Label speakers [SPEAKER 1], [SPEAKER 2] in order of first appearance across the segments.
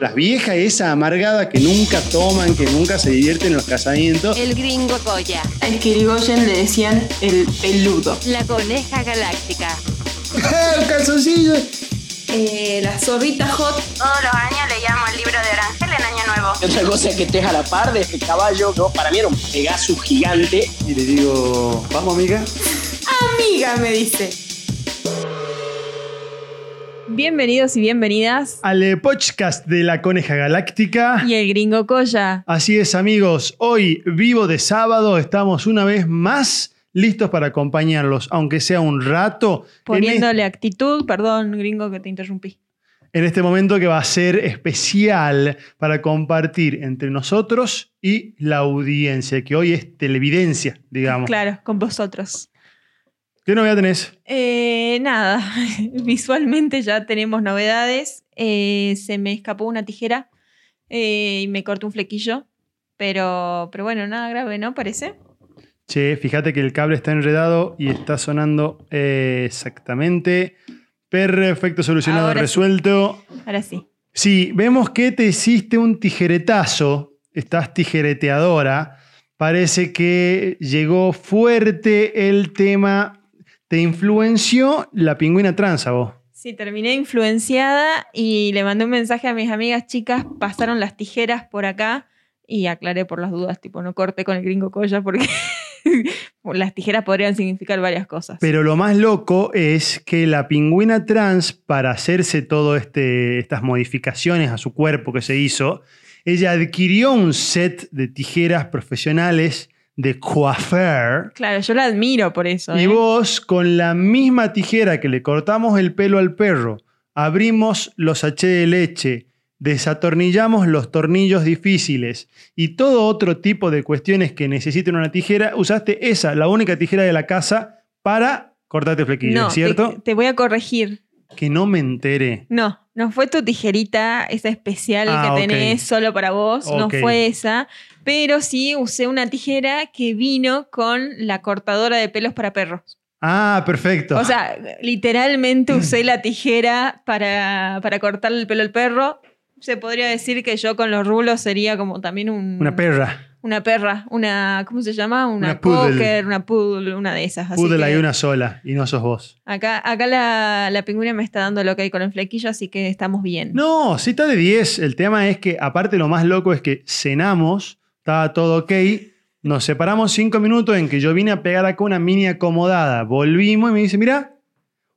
[SPEAKER 1] Las viejas esas amargadas que nunca toman, que nunca se divierten en los casamientos.
[SPEAKER 2] El gringo Goya.
[SPEAKER 3] Al Kirigoyen le decían el peludo.
[SPEAKER 2] La coneja galáctica.
[SPEAKER 1] ¡El calzoncillo!
[SPEAKER 4] Eh, la zorrita hot.
[SPEAKER 5] Todos los años leíamos el libro de Orangel en Año Nuevo.
[SPEAKER 6] Y otra cosa es que estés a la par de este caballo. Yo, para mí era un Pegasus gigante.
[SPEAKER 1] Y le digo, vamos amiga.
[SPEAKER 3] Amiga, me dice.
[SPEAKER 7] Bienvenidos y bienvenidas.
[SPEAKER 8] al eh, podcast de la Coneja Galáctica.
[SPEAKER 7] Y el gringo Coya.
[SPEAKER 8] Así es, amigos, hoy vivo de sábado, estamos una vez más listos para acompañarlos, aunque sea un rato, en, es-
[SPEAKER 7] Poniéndole actitud, perdón, gringo, que te interrumpí.
[SPEAKER 8] en este momento que va a ser especial para compartir entre nosotros y la audiencia, que hoy es televidencia, digamos.
[SPEAKER 7] Claro, con vosotros.
[SPEAKER 8] ¿Qué novedad tenés?
[SPEAKER 7] Eh, nada, visualmente ya tenemos novedades. Eh, se me escapó una tijera eh, y me cortó un flequillo. Pero, pero bueno, nada grave, ¿no? Parece.
[SPEAKER 8] Che, fíjate que el cable está enredado
[SPEAKER 7] Oh.
[SPEAKER 8] y está sonando eh, exactamente. Perfecto, solucionado,
[SPEAKER 7] Ahora sí.
[SPEAKER 8] resuelto.
[SPEAKER 7] Ahora sí.
[SPEAKER 8] Sí, vemos que te hiciste un tijeretazo, estás tijereteadora. Parece que llegó fuerte el tema. Te influenció la pingüina tranza vos.
[SPEAKER 7] Sí, terminé influenciada y le mandé un mensaje a mis amigas chicas, pasaron las tijeras por acá y aclaré por las dudas, tipo, no corte con el gringo colla porque las tijeras podrían significar varias cosas.
[SPEAKER 8] Pero lo más loco es que la pingüina trans, para hacerse todas este, estas modificaciones a su cuerpo que se hizo, ella adquirió un set de tijeras profesionales de coiffeur.
[SPEAKER 7] claro, yo la admiro por eso.
[SPEAKER 8] Y
[SPEAKER 7] ¿eh?
[SPEAKER 8] vos, con la misma tijera que le cortamos el pelo al perro, abrimos los H de leche, desatornillamos los tornillos difíciles y todo otro tipo de cuestiones que necesiten una tijera, usaste esa, la única tijera de la casa, para cortarte flequillo,
[SPEAKER 7] no,
[SPEAKER 8] ¿cierto?
[SPEAKER 7] Te, te voy a corregir.
[SPEAKER 8] Que no me entere.
[SPEAKER 7] No, no fue tu tijerita, esa especial
[SPEAKER 8] Ah,
[SPEAKER 7] que
[SPEAKER 8] ok.
[SPEAKER 7] tenés solo para vos, no
[SPEAKER 8] Ok.
[SPEAKER 7] fue esa, pero sí usé una tijera que vino con la cortadora de pelos para perros.
[SPEAKER 8] Ah, perfecto.
[SPEAKER 7] O sea, literalmente usé la tijera para, para cortarle el pelo al perro. Se podría decir que yo con los rulos sería como también un,
[SPEAKER 8] una perra.
[SPEAKER 7] una perra, una, ¿cómo se llama? Una,
[SPEAKER 8] Una poodle.
[SPEAKER 7] cocker, una poodle, una de esas. Así
[SPEAKER 8] Pude
[SPEAKER 7] que
[SPEAKER 8] hay una sola y no sos vos.
[SPEAKER 7] Acá, acá la, la pingüina me está dando lo que hay con el flequillo, así que estamos bien.
[SPEAKER 8] No, sí está de 10. El tema es que, aparte, lo más loco es que cenamos, estaba todo ok. Nos separamos cinco minutos en que yo vine a pegar acá una mini acomodada. Volvimos y me dice, mira,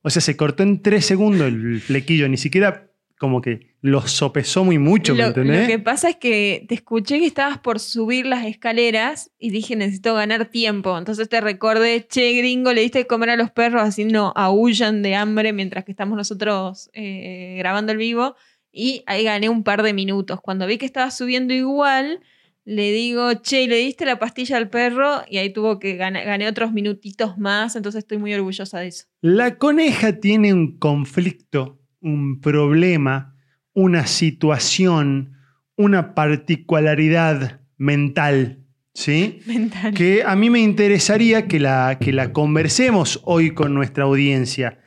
[SPEAKER 8] o sea, se cortó en tres segundos el flequillo. Ni siquiera como que lo sopesó muy mucho, ¿me
[SPEAKER 7] Lo,
[SPEAKER 8] entendés?
[SPEAKER 7] lo que pasa es que te escuché que estabas por subir las escaleras y dije necesito ganar tiempo. Entonces te recordé, che, gringo, le diste de comer a los perros, así no, aullan de hambre mientras que estamos nosotros eh, grabando el vivo. Y ahí gané un par de minutos. Cuando vi que estaba subiendo igual, le digo, che, le diste la pastilla al perro y ahí tuvo que ganar, gané otros minutitos más. Entonces estoy muy orgullosa de eso.
[SPEAKER 8] La coneja tiene un conflicto, un problema, una situación, una particularidad mental, ¿sí?
[SPEAKER 7] Mental.
[SPEAKER 8] que a mí me interesaría que la, que la conversemos hoy con nuestra audiencia.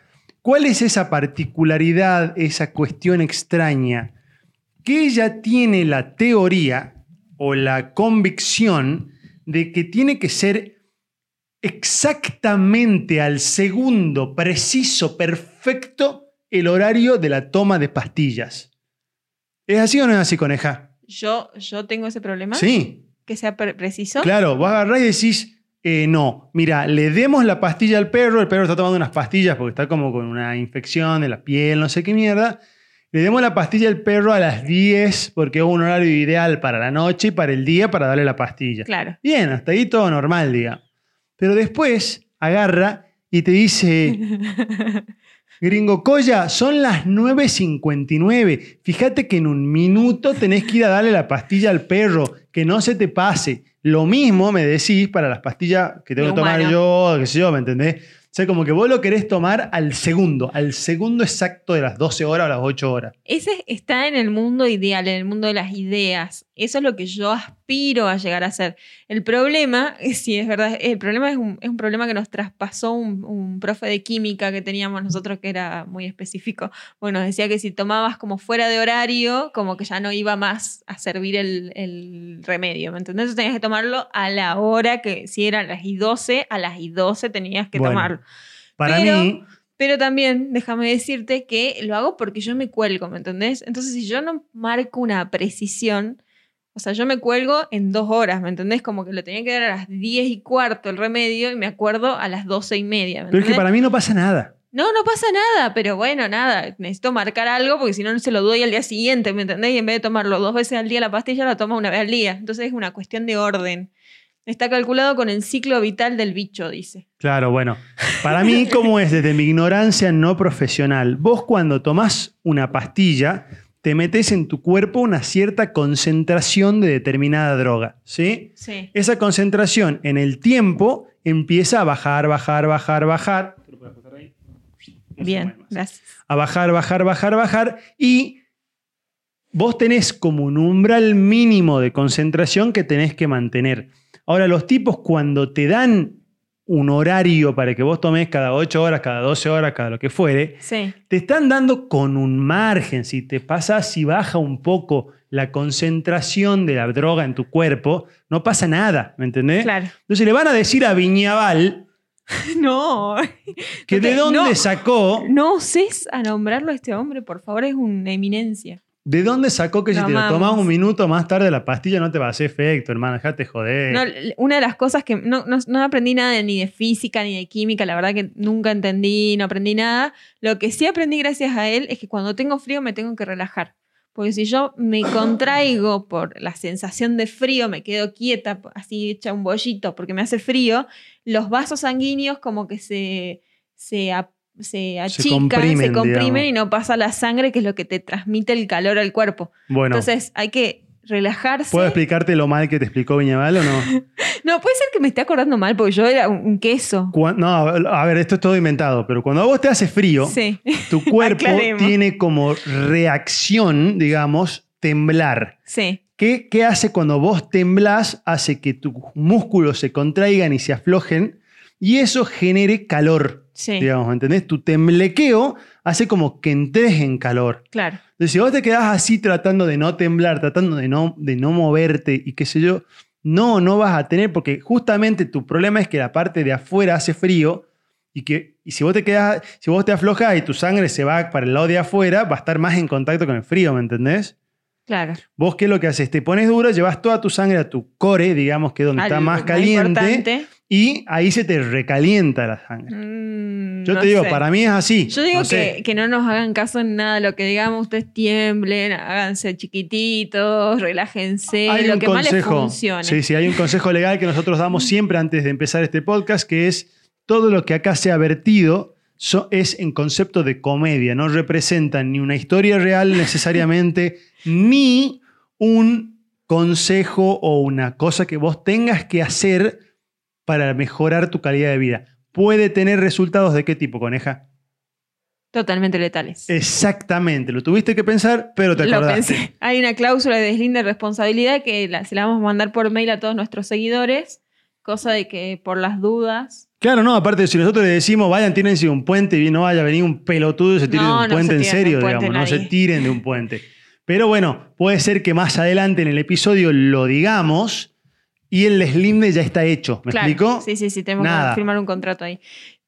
[SPEAKER 8] ¿Cuál es esa particularidad, esa cuestión extraña? Que ella tiene la teoría o la convicción de que tiene que ser exactamente al segundo, preciso, perfecto, el horario de la toma de pastillas. ¿Es así o no es así, coneja?
[SPEAKER 7] Yo, yo tengo ese problema,
[SPEAKER 8] Sí.
[SPEAKER 7] que sea pre- preciso.
[SPEAKER 8] Claro, vos agarrás y decís, eh, no, mira, le demos la pastilla al perro, el perro está tomando unas pastillas porque está como con una infección de la piel, no sé qué mierda. Le demos la pastilla al perro a las 10 porque es un horario ideal para la noche y para el día para darle la pastilla.
[SPEAKER 7] Claro.
[SPEAKER 8] Bien, hasta ahí todo normal, digamos. Pero después agarra y te dice, Gringo Coya, son las 9.59. Fíjate que en un minuto tenés que ir a darle la pastilla al perro, que no se te pase. Lo mismo me decís para las pastillas que tengo
[SPEAKER 7] De
[SPEAKER 8] que tomar
[SPEAKER 7] humano.
[SPEAKER 8] yo, qué sé yo, ¿me entendés? sea, como que vos lo querés tomar al segundo, al segundo exacto de las 12 horas o las 8 horas.
[SPEAKER 7] Ese está en el mundo ideal, en el mundo de las ideas. Eso es lo que yo aspiro a llegar a ser. El problema, eh, sí, es verdad, el problema es un, es un problema que nos traspasó un, un profe de química que teníamos nosotros que era muy específico. Bueno, nos decía que si tomabas como fuera de horario, como que ya no iba más a servir el, el remedio, ¿me entendés? Entonces tenías que tomarlo a la hora que, si eran las y 12, a las y 12 tenías que
[SPEAKER 8] Bueno.
[SPEAKER 7] tomarlo.
[SPEAKER 8] Para
[SPEAKER 7] Pero-
[SPEAKER 8] mí,
[SPEAKER 7] Pero también, déjame decirte que lo hago porque yo me cuelgo, ¿me entendés? Entonces, si yo no marco una precisión, o sea, yo me cuelgo en dos horas, ¿me entendés? Como que lo tenía que dar a las 10 y cuarto el remedio y me acuerdo a las 12 y media, ¿me
[SPEAKER 8] pero es que
[SPEAKER 7] entendés?
[SPEAKER 8] para mí no pasa nada.
[SPEAKER 7] No, no pasa nada, pero bueno, nada, necesito marcar algo porque si no, no se lo doy al día siguiente, ¿me entendés? Y en vez de tomarlo dos veces al día la pastilla, la toma una vez al día. Entonces, es una cuestión de orden. Está calculado con el ciclo vital del bicho, dice.
[SPEAKER 8] Claro, bueno. Para mí, como es desde mi ignorancia no profesional, vos cuando tomás una pastilla, te metes en tu cuerpo una cierta concentración de determinada droga, ¿sí?
[SPEAKER 7] Sí.
[SPEAKER 8] Esa concentración en el tiempo empieza a bajar, bajar, bajar, bajar.
[SPEAKER 7] Bien, gracias.
[SPEAKER 8] a bajar, bajar, bajar, bajar y vos tenés como un umbral mínimo de concentración que tenés que mantener. Ahora, los tipos cuando te dan un horario para que vos tomes cada 8 horas, cada 12 horas, cada lo que fuere,
[SPEAKER 7] Sí.
[SPEAKER 8] te están dando con un margen. Si te pasa, si baja un poco la concentración de la droga en tu cuerpo, no pasa nada, ¿me entendés?
[SPEAKER 7] Claro.
[SPEAKER 8] Entonces le van a decir a Viñaval
[SPEAKER 7] No,
[SPEAKER 8] que
[SPEAKER 7] No
[SPEAKER 8] de
[SPEAKER 7] te-
[SPEAKER 8] dónde
[SPEAKER 7] no.
[SPEAKER 8] sacó
[SPEAKER 7] no oses a nombrarlo a este hombre, por favor, es una eminencia.
[SPEAKER 8] ¿De dónde sacó que si
[SPEAKER 7] Lo
[SPEAKER 8] te lo tomas
[SPEAKER 7] amamos.
[SPEAKER 8] un minuto más tarde la pastilla no te va a hacer efecto, hermano? Dejate joder.
[SPEAKER 7] No, l- una de las cosas que no, no- no aprendí nada de- ni de física ni de química, la verdad que nunca entendí, no aprendí nada. Lo que sí aprendí gracias a él es que cuando tengo frío me tengo que relajar. Porque si yo me contraigo por la sensación de frío, me quedo quieta, p- así hecha un bollito, porque me hace frío, los vasos sanguíneos como que se, se, a- se achican, se comprimen,
[SPEAKER 8] comprimen, digamos.
[SPEAKER 7] y no pasa la sangre, que es lo que te transmite el calor al cuerpo.
[SPEAKER 8] bueno,
[SPEAKER 7] Entonces hay que relajarse.
[SPEAKER 8] ¿puedo explicarte lo mal que te explicó Viñaval o no?
[SPEAKER 7] No, puede ser que me esté acordando mal, porque yo era un, un queso.
[SPEAKER 8] Cuan- no, a ver, esto es todo inventado, pero cuando a vos te hace frío,
[SPEAKER 7] Sí.
[SPEAKER 8] tu cuerpo
[SPEAKER 7] Aclaremos.
[SPEAKER 8] tiene como reacción, digamos, temblar.
[SPEAKER 7] Sí.
[SPEAKER 8] ¿Qué, ¿Qué hace cuando vos temblás? Hace que tus músculos se contraigan y se aflojen y eso genere calor,
[SPEAKER 7] Sí.
[SPEAKER 8] digamos, ¿entendés? Tu temblequeo hace como que entres en calor.
[SPEAKER 7] Claro.
[SPEAKER 8] Entonces, si vos te quedás así tratando de no temblar, tratando de no, de no moverte y qué sé yo, no, no vas a tener, porque justamente tu problema es que la parte de afuera hace frío y que y si vos te quedás, si vos te aflojas y tu sangre se va para el lado de afuera, va a estar más en contacto con el frío, ¿me entendés?
[SPEAKER 7] Claro.
[SPEAKER 8] Vos qué es lo que haces, te pones duro, llevas toda tu sangre a tu core, digamos que es donde está
[SPEAKER 7] Algo
[SPEAKER 8] más caliente,
[SPEAKER 7] importante.
[SPEAKER 8] y ahí se te recalienta la sangre.
[SPEAKER 7] Mm,
[SPEAKER 8] Yo
[SPEAKER 7] no
[SPEAKER 8] te digo,
[SPEAKER 7] sé.
[SPEAKER 8] para mí es así.
[SPEAKER 7] Yo digo
[SPEAKER 8] no sé.
[SPEAKER 7] que, que no nos hagan caso en nada, lo que digamos, ustedes tiemblen, háganse chiquititos, relájense,
[SPEAKER 8] hay
[SPEAKER 7] lo
[SPEAKER 8] un
[SPEAKER 7] que
[SPEAKER 8] consejo.
[SPEAKER 7] más les funcione.
[SPEAKER 8] Sí, sí, hay un consejo legal que nosotros damos siempre antes de empezar este podcast, que es todo lo que acá se ha vertido so- es en concepto de comedia, no representa ni una historia real necesariamente, ni un consejo o una cosa que vos tengas que hacer para mejorar tu calidad de vida. Puede tener resultados de qué tipo, coneja.
[SPEAKER 7] Totalmente letales.
[SPEAKER 8] Exactamente, lo tuviste que pensar, pero Eh, te
[SPEAKER 7] Lo
[SPEAKER 8] acordaste.
[SPEAKER 7] pensé. Hay una cláusula de deslinde de responsabilidad que la- se la vamos a mandar por mail a todos nuestros seguidores, cosa de que por las dudas.
[SPEAKER 8] Claro, no, aparte, si nosotros le decimos, vayan, tírense de un puente, y no vaya a venir un pelotudo y se tire
[SPEAKER 7] No,
[SPEAKER 8] de un
[SPEAKER 7] no
[SPEAKER 8] puente
[SPEAKER 7] se
[SPEAKER 8] en
[SPEAKER 7] tiran de
[SPEAKER 8] serio,
[SPEAKER 7] un puente
[SPEAKER 8] digamos, no se
[SPEAKER 7] nadie.
[SPEAKER 8] tiren de un puente. Pero bueno, puede ser que más adelante en el episodio lo digamos y el deslinde ya está hecho. ¿Me
[SPEAKER 7] Claro.
[SPEAKER 8] explico?
[SPEAKER 7] Sí, sí, sí, tenemos
[SPEAKER 8] Nada.
[SPEAKER 7] que firmar un contrato ahí.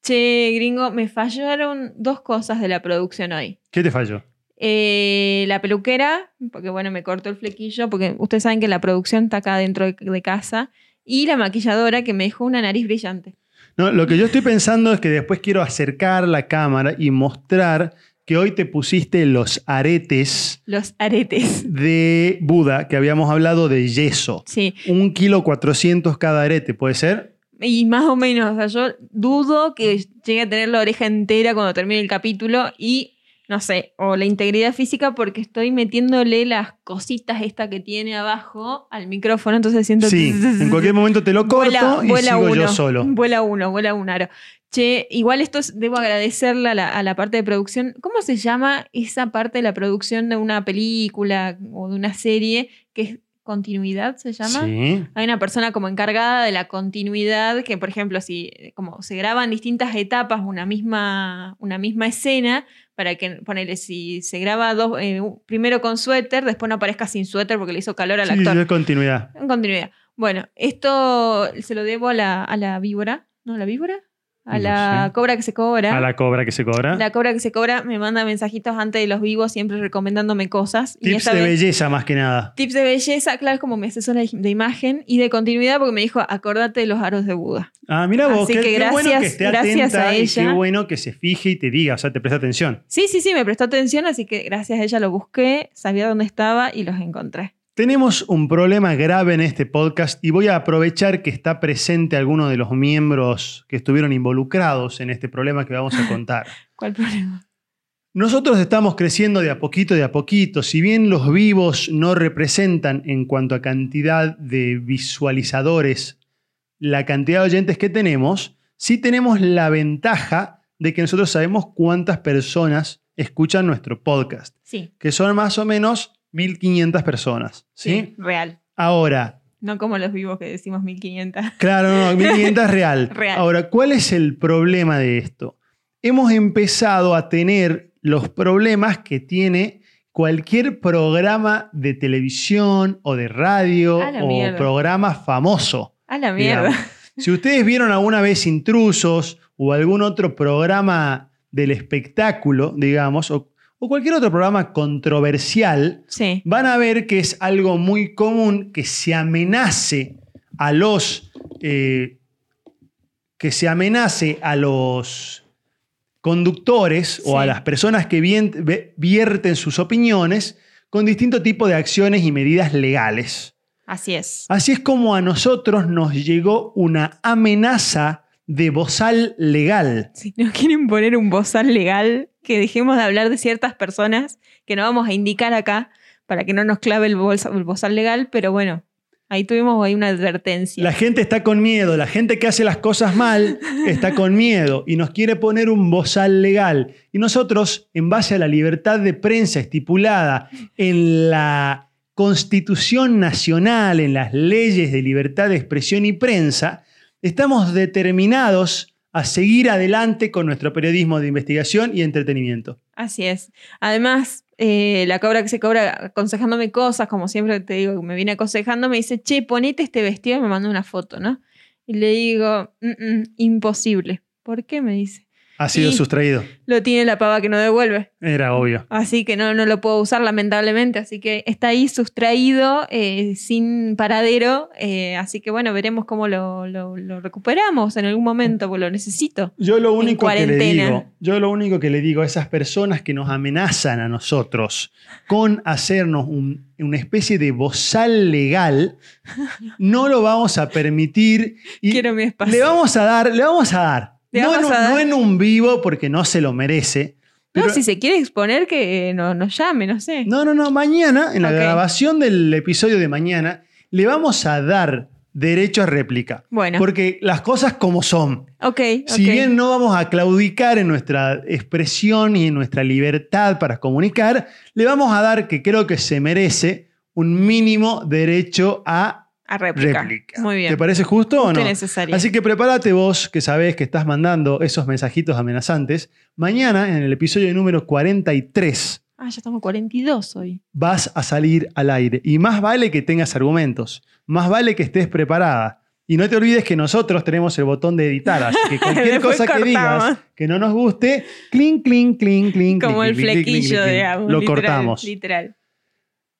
[SPEAKER 7] Che, gringo, me fallaron dos cosas de la producción hoy.
[SPEAKER 8] ¿Qué te falló?
[SPEAKER 7] Eh, la peluquera, porque bueno, me cortó el flequillo, porque ustedes saben que la producción está acá dentro de, de casa. Y la maquilladora que me dejó una nariz brillante.
[SPEAKER 8] No, lo que yo estoy pensando es que después quiero acercar la cámara y mostrar que hoy te pusiste los aretes
[SPEAKER 7] Los aretes.
[SPEAKER 8] de Buda, que habíamos hablado de yeso.
[SPEAKER 7] Sí.
[SPEAKER 8] Un kilo cuatrocientos cada arete, ¿puede ser?
[SPEAKER 7] Y más o menos, o sea, yo dudo que llegue a tener la oreja entera cuando termine el capítulo y no sé, o la integridad física porque estoy metiéndole las cositas esta que tiene abajo al micrófono, entonces siento
[SPEAKER 8] Sí, en cualquier momento te lo corto
[SPEAKER 7] Vuela-
[SPEAKER 8] y
[SPEAKER 7] vuela
[SPEAKER 8] sigo
[SPEAKER 7] uno,
[SPEAKER 8] yo solo.
[SPEAKER 7] Vuela uno, vuela un aro. Che, igual esto es- debo agradecerle a la, a la parte de producción. ¿Cómo se llama esa parte de la producción de una película o de una serie que es continuidad, se llama?
[SPEAKER 8] Sí.
[SPEAKER 7] Hay una persona como encargada de la continuidad, que por ejemplo, si eh, como se graban distintas etapas, una misma, una misma escena, para que, ponele, si se graba dos, eh, u- primero con suéter, después no aparezca sin suéter porque le hizo calor al
[SPEAKER 8] Sí,
[SPEAKER 7] actor.
[SPEAKER 8] es continuidad.
[SPEAKER 7] En continuidad. Bueno, esto se lo debo a la, a la víbora, ¿no? ¿A la víbora? A
[SPEAKER 8] No
[SPEAKER 7] la
[SPEAKER 8] sé.
[SPEAKER 7] cobra que se cobra.
[SPEAKER 8] A la cobra que se cobra.
[SPEAKER 7] La cobra que se cobra me manda mensajitos antes de los vivos, siempre recomendándome cosas.
[SPEAKER 8] Tips
[SPEAKER 7] esta
[SPEAKER 8] de
[SPEAKER 7] vez-
[SPEAKER 8] belleza más que nada.
[SPEAKER 7] tips de belleza, claro, es como mi asesora de de imagen y de continuidad, porque me dijo, acordate de los aros de Buda.
[SPEAKER 8] Ah, mira vos,
[SPEAKER 7] Así
[SPEAKER 8] qué, qué
[SPEAKER 7] que
[SPEAKER 8] bueno
[SPEAKER 7] gracias-
[SPEAKER 8] que esté
[SPEAKER 7] gracias
[SPEAKER 8] atenta
[SPEAKER 7] a
[SPEAKER 8] y qué
[SPEAKER 7] ella.
[SPEAKER 8] bueno que se fije y te diga, o sea, te presta atención.
[SPEAKER 7] Sí, sí, sí, me prestó atención, así que gracias a ella lo busqué, sabía dónde estaba y los encontré.
[SPEAKER 8] Tenemos un problema grave en este podcast y voy a aprovechar que está presente alguno de los miembros que estuvieron involucrados en este problema que vamos a contar.
[SPEAKER 7] ¿Cuál problema?
[SPEAKER 8] Nosotros estamos creciendo de a poquito, de a poquito. Si bien los vivos no representan en cuanto a cantidad de visualizadores la cantidad de oyentes que tenemos, sí tenemos la ventaja de que nosotros sabemos cuántas personas escuchan nuestro podcast,
[SPEAKER 7] Sí,
[SPEAKER 8] que son más o menos 1.500 personas. ¿sí?
[SPEAKER 7] sí, real.
[SPEAKER 8] Ahora,
[SPEAKER 7] No como los vivos que decimos 1500.
[SPEAKER 8] claro, no, 1.500 es real.
[SPEAKER 7] Real.
[SPEAKER 8] Ahora, ¿cuál es el problema de esto? Hemos empezado a tener los problemas que tiene cualquier programa de televisión o de radio
[SPEAKER 7] A la
[SPEAKER 8] o
[SPEAKER 7] mierda.
[SPEAKER 8] programa famoso.
[SPEAKER 7] A la mierda.
[SPEAKER 8] digamos. Si ustedes vieron alguna vez Intrusos o algún otro programa del espectáculo, digamos, o, o cualquier otro programa controversial,
[SPEAKER 7] Sí.
[SPEAKER 8] van a ver que es algo muy común que se amenace a los eh, que se amenace a los conductores o
[SPEAKER 7] Sí.
[SPEAKER 8] a las personas que vien- ve- vierten sus opiniones con distinto tipo de acciones y medidas legales.
[SPEAKER 7] Así es.
[SPEAKER 8] Así es como a nosotros nos llegó una amenaza de bozal legal.
[SPEAKER 7] Si nos quieren poner un bozal legal, que dejemos de hablar de ciertas personas que no vamos a indicar acá para que no nos clave el, bolsa- el bozal legal, pero bueno, ahí tuvimos ahí una advertencia.
[SPEAKER 8] La gente está con miedo, la gente que hace las cosas mal está con miedo y nos quiere poner un bozal legal. Y nosotros, en base a la libertad de prensa estipulada en la Constitución Nacional, en las leyes de libertad de expresión y prensa, estamos determinados a seguir adelante con nuestro periodismo de investigación y entretenimiento.
[SPEAKER 7] Así es. Además, eh, la cobra que se cobra aconsejándome cosas, como siempre te digo, que me viene aconsejando, me dice, che, ponete este vestido y me manda una foto, ¿no? Y le digo, "Mm, mm, imposible. ¿Por qué? Me dice.
[SPEAKER 8] Ha sido
[SPEAKER 7] Y-
[SPEAKER 8] sustraído.
[SPEAKER 7] Lo tiene la pava que no devuelve.
[SPEAKER 8] Era obvio.
[SPEAKER 7] Así que no, no lo puedo usar, lamentablemente. Así que está ahí sustraído, eh, sin paradero. eh, así que bueno, veremos cómo lo, lo- lo recuperamos en algún momento, porque lo necesito.
[SPEAKER 8] Yo lo único que le
[SPEAKER 7] cuarentena.
[SPEAKER 8] digo, yo lo único que le digo a esas personas que nos amenazan a nosotros con hacernos un- una especie de bozal legal, no lo vamos a permitir y
[SPEAKER 7] Quiero mi espacio.
[SPEAKER 8] le vamos a dar, le vamos a dar.
[SPEAKER 7] Le
[SPEAKER 8] no, en
[SPEAKER 7] vamos
[SPEAKER 8] un,
[SPEAKER 7] a dar.
[SPEAKER 8] no en un vivo porque no se lo merece. Pero,
[SPEAKER 7] no, si se quiere exponer, que eh, no- nos llame, no sé.
[SPEAKER 8] no, no, no, mañana, en la
[SPEAKER 7] Ok.
[SPEAKER 8] grabación del episodio de mañana, le vamos a dar derecho a réplica.
[SPEAKER 7] Bueno,
[SPEAKER 8] Porque las cosas como son.
[SPEAKER 7] ok.
[SPEAKER 8] Si
[SPEAKER 7] ok.
[SPEAKER 8] bien no vamos a claudicar en nuestra expresión y en nuestra libertad para comunicar, le vamos a dar, que creo que se merece, un mínimo derecho a
[SPEAKER 7] A réplica.
[SPEAKER 8] réplica.
[SPEAKER 7] Muy bien.
[SPEAKER 8] ¿Te parece justo o
[SPEAKER 7] Justo
[SPEAKER 8] no?
[SPEAKER 7] y necesario.
[SPEAKER 8] Así que prepárate vos, que sabés que estás mandando esos mensajitos amenazantes. Mañana, en el episodio número 43,
[SPEAKER 7] Ah, ya estamos 42 hoy.
[SPEAKER 8] vas a salir al aire. Y más vale que tengas argumentos, más vale que estés preparada. Y no te olvides que nosotros tenemos el botón de editar, así que cualquier
[SPEAKER 7] Después
[SPEAKER 8] cosa que
[SPEAKER 7] cortamos.
[SPEAKER 8] digas que no nos guste, clink, clink, clink, clink.
[SPEAKER 7] Como
[SPEAKER 8] clink,
[SPEAKER 7] el
[SPEAKER 8] clink, clink, clink,
[SPEAKER 7] flequillo,
[SPEAKER 8] clink, clink.
[SPEAKER 7] digamos.
[SPEAKER 8] Lo
[SPEAKER 7] literal,
[SPEAKER 8] cortamos.
[SPEAKER 7] Literal.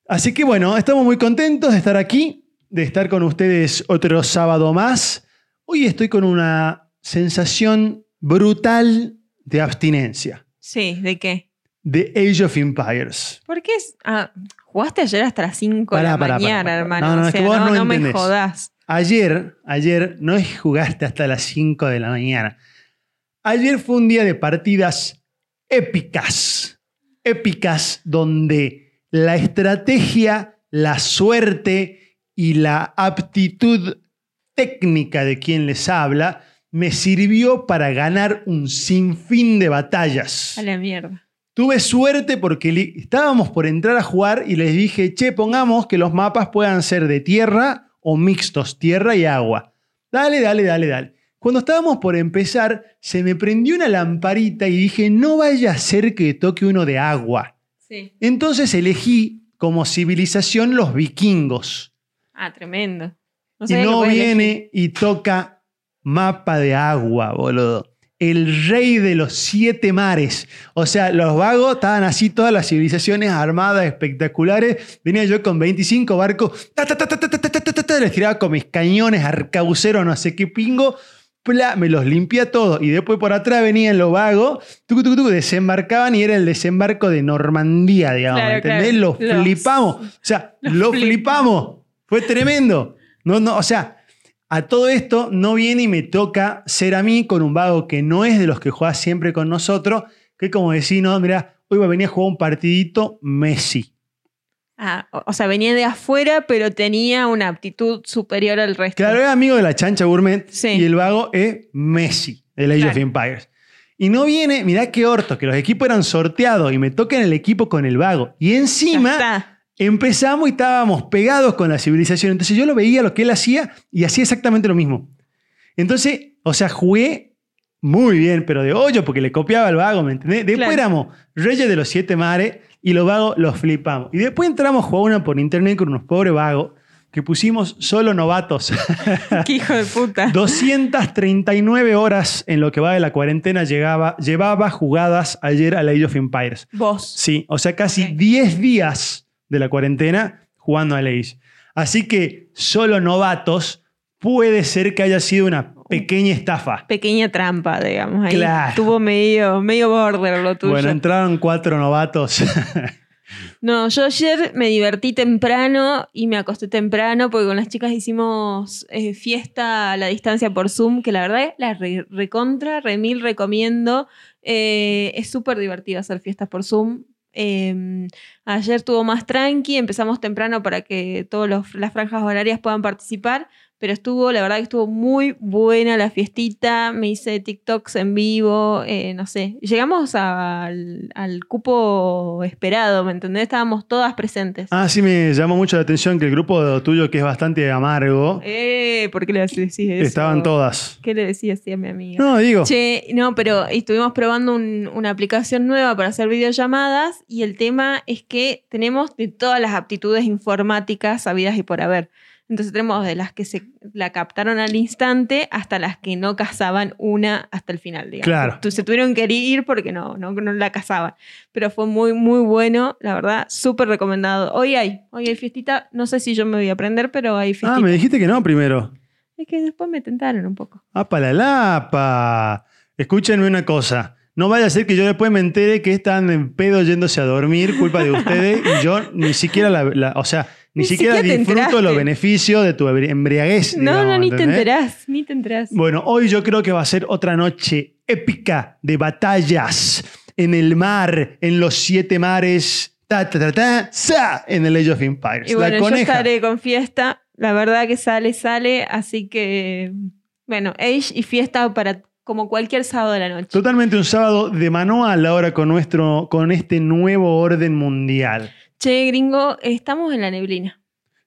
[SPEAKER 8] Así que bueno, estamos muy contentos de estar aquí, de estar con ustedes otro sábado más. Hoy estoy con una sensación brutal de abstinencia,
[SPEAKER 7] Sí, ¿de qué?
[SPEAKER 8] de Age of Empires.
[SPEAKER 7] ¿Por qué es.? Ah, jugaste ayer hasta las 5 de
[SPEAKER 8] Pará,
[SPEAKER 7] la
[SPEAKER 8] pará, pará,
[SPEAKER 7] mañana,
[SPEAKER 8] pará.
[SPEAKER 7] hermano.
[SPEAKER 8] No, no,
[SPEAKER 7] o
[SPEAKER 8] es que
[SPEAKER 7] sea,
[SPEAKER 8] vos no
[SPEAKER 7] me
[SPEAKER 8] entendés.
[SPEAKER 7] jodás.
[SPEAKER 8] Ayer, ayer no es jugaste hasta las 5 de la mañana. Ayer fue un día de partidas épicas. épicas donde la estrategia, la suerte y la aptitud técnica de quien les habla me sirvió para ganar un sinfín de batallas.
[SPEAKER 7] A la mierda.
[SPEAKER 8] Tuve suerte porque li- estábamos por entrar a jugar y les dije, che, pongamos que los mapas puedan ser de tierra o mixtos, tierra y agua. Dale, dale, dale, dale. Cuando estábamos por empezar, se me prendió una lamparita y dije, no vaya a ser que toque uno de agua.
[SPEAKER 7] Sí.
[SPEAKER 8] Entonces elegí como civilización los vikingos.
[SPEAKER 7] Ah, tremendo.
[SPEAKER 8] y
[SPEAKER 7] sabía que
[SPEAKER 8] no
[SPEAKER 7] podía
[SPEAKER 8] viene
[SPEAKER 7] elegir.
[SPEAKER 8] y toca mapa de agua, boludo. El rey de los siete mares. O sea, los vagos estaban así, todas las civilizaciones armadas, espectaculares. Venía yo con 25 barcos, ta, ta, ta, ta, ta, ta, ta, ta, ta, ta, ta, les tiraba con mis cañones, arcabuceros, no sé qué pingo. Pla, me los limpia todo. Y después por atrás venían los vagos, tucu, tucu, tucu, desembarcaban y era el desembarco de Normandía, digamos.
[SPEAKER 7] Claro,
[SPEAKER 8] ¿Entendés?
[SPEAKER 7] claro.
[SPEAKER 8] Los,
[SPEAKER 7] Los-
[SPEAKER 8] flipamos. O sea, lo
[SPEAKER 7] flip-
[SPEAKER 8] flipamos. Fue tremendo. No, no, o sea, a todo esto no viene y me toca ser a mí con un vago que no es de los que juega siempre con nosotros, que como decimos, mira, hoy va a venir a jugar un partidito Messi.
[SPEAKER 7] Ah, o- o sea, venía de afuera, pero tenía una aptitud superior al resto.
[SPEAKER 8] Claro, es amigo de la chancha gourmet
[SPEAKER 7] Sí.
[SPEAKER 8] y el vago es Messi, de la Age of
[SPEAKER 7] Claro.
[SPEAKER 8] Empires. Y no viene, mirá qué orto, que los equipos eran sorteados y me tocan el equipo con el vago. Y
[SPEAKER 7] Ya
[SPEAKER 8] encima...
[SPEAKER 7] está.
[SPEAKER 8] empezamos y estábamos pegados con la civilización. Entonces yo lo veía lo que él hacía y hacía exactamente lo mismo. Entonces, o sea, jugué muy bien, pero de hoyo, porque le copiaba al vago, ¿me entendés? Después
[SPEAKER 7] Claro.
[SPEAKER 8] éramos reyes de los siete mares y los vagos los flipamos. Y después entramos a jugar una por internet con unos pobres vagos que pusimos solo novatos.
[SPEAKER 7] Qué hijo de puta.
[SPEAKER 8] 239 horas en lo que va de la cuarentena llegaba, llevaba jugadas ayer a la Age of Empires.
[SPEAKER 7] Vos.
[SPEAKER 8] Sí, o sea, casi
[SPEAKER 7] Ok.
[SPEAKER 8] 10 días de la cuarentena jugando a Age. Así que solo novatos puede ser que haya sido una pequeña estafa.
[SPEAKER 7] Pequeña trampa, digamos. Ahí
[SPEAKER 8] Claro.
[SPEAKER 7] Tuvo medio, medio border lo tuyo.
[SPEAKER 8] Bueno, entraron cuatro novatos.
[SPEAKER 7] No, yo ayer me divertí temprano y me acosté temprano porque con las chicas hicimos eh, fiesta a la distancia por Zoom, que la verdad la re- recontra, remil recomiendo. Eh, es súper divertido hacer fiestas por Zoom. Eh, ayer tuvo más tranqui, empezamos temprano para que todas las franjas horarias puedan participar, pero estuvo, la verdad que estuvo muy buena la fiestita, me hice TikToks en vivo, eh, no sé, llegamos al, al cupo esperado, ¿me entendés? Estábamos todas presentes.
[SPEAKER 8] ah, sí, me llamó mucho la atención que el grupo tuyo, que es bastante amargo,
[SPEAKER 7] Eh, ¿Por qué le decís eso?
[SPEAKER 8] estaban todas.
[SPEAKER 7] ¿Qué le decías así a mi amiga?
[SPEAKER 8] No, digo.
[SPEAKER 7] Che, no, pero estuvimos probando un- una aplicación nueva para hacer videollamadas y el tema es que tenemos de todas las aptitudes informáticas sabidas y por haber. Entonces tenemos de las que se la captaron al instante hasta las que no cazaban una hasta el final, digamos.
[SPEAKER 8] Claro.
[SPEAKER 7] Tu- Se tuvieron que ir porque no, no, no la cazaban. Pero fue muy, muy bueno, la verdad, súper recomendado. Hoy hay, hoy hay fiestita, no sé si yo me voy a aprender, pero hay
[SPEAKER 8] Ah,
[SPEAKER 7] fiestita.
[SPEAKER 8] me dijiste que no primero.
[SPEAKER 7] Es que después me tentaron un poco.
[SPEAKER 8] ¡Apa Ah, la lapa! Escúchenme una cosa. No vaya a ser que yo después me entere que están en pedo yéndose a dormir, culpa de ustedes, y yo ni siquiera la, la- o sea, ni,
[SPEAKER 7] Ni
[SPEAKER 8] siquiera,
[SPEAKER 7] siquiera te
[SPEAKER 8] disfruto los
[SPEAKER 7] enteraste.
[SPEAKER 8] beneficios de tu embri- embriaguez.
[SPEAKER 7] no, no,
[SPEAKER 8] digamos,
[SPEAKER 7] ni te
[SPEAKER 8] ¿entendés?
[SPEAKER 7] enterás, ni te enterás.
[SPEAKER 8] Bueno, hoy yo creo que va a ser otra noche épica de batallas en el mar, en los siete mares, ta ta ta ta, sa, en el Age of Empires.
[SPEAKER 7] Y bueno,
[SPEAKER 8] la
[SPEAKER 7] yo
[SPEAKER 8] coneja.
[SPEAKER 7] estaré con fiesta. La verdad que sale, sale. Así que, bueno, Age y fiesta para como cualquier sábado de la noche.
[SPEAKER 8] Totalmente un sábado de manual ahora con nuestro, con este nuevo orden mundial.
[SPEAKER 7] Che, gringo, estamos en la neblina.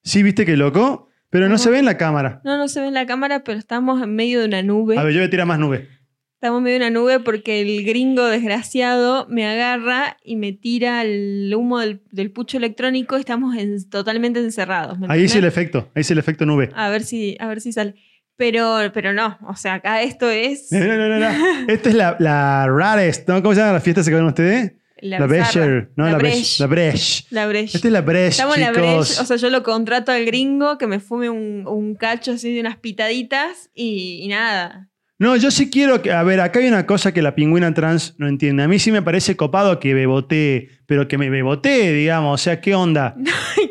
[SPEAKER 8] Sí, viste que loco, pero no
[SPEAKER 7] No.
[SPEAKER 8] se ve en la cámara.
[SPEAKER 7] No, no se ve en la cámara, pero estamos en medio de una nube.
[SPEAKER 8] A ver, yo voy a tirar más nube.
[SPEAKER 7] Estamos en medio de una nube porque el gringo desgraciado me agarra y me tira el humo del, del pucho electrónico. Estamos en- totalmente encerrados. ¿me
[SPEAKER 8] Ahí es
[SPEAKER 7] entendés?
[SPEAKER 8] el efecto, ahí es el efecto nube.
[SPEAKER 7] A ver si, a ver si sale. Pero, pero no, o sea, acá esto es
[SPEAKER 8] No, no, no, no, no. Esta es la, la rarest, ¿no? ¿Cómo se llama la fiesta que van ustedes?
[SPEAKER 7] la,
[SPEAKER 8] La,
[SPEAKER 7] bizarra,
[SPEAKER 8] Brecher, no, la, Breche.
[SPEAKER 7] breche.
[SPEAKER 8] La Este Breche.
[SPEAKER 7] La breche.
[SPEAKER 8] Esta es la Breche,
[SPEAKER 7] Estamos en la
[SPEAKER 8] chicos.
[SPEAKER 7] brecha, o sea, yo lo contrato al gringo que me fume un, un cacho así de unas pitaditas y, y nada.
[SPEAKER 8] No, yo sí quiero que. A ver, acá hay una cosa que la pingüina trans no entiende. A mí sí me parece copado que beboté, pero que me beboté, digamos. O sea, ¿qué onda?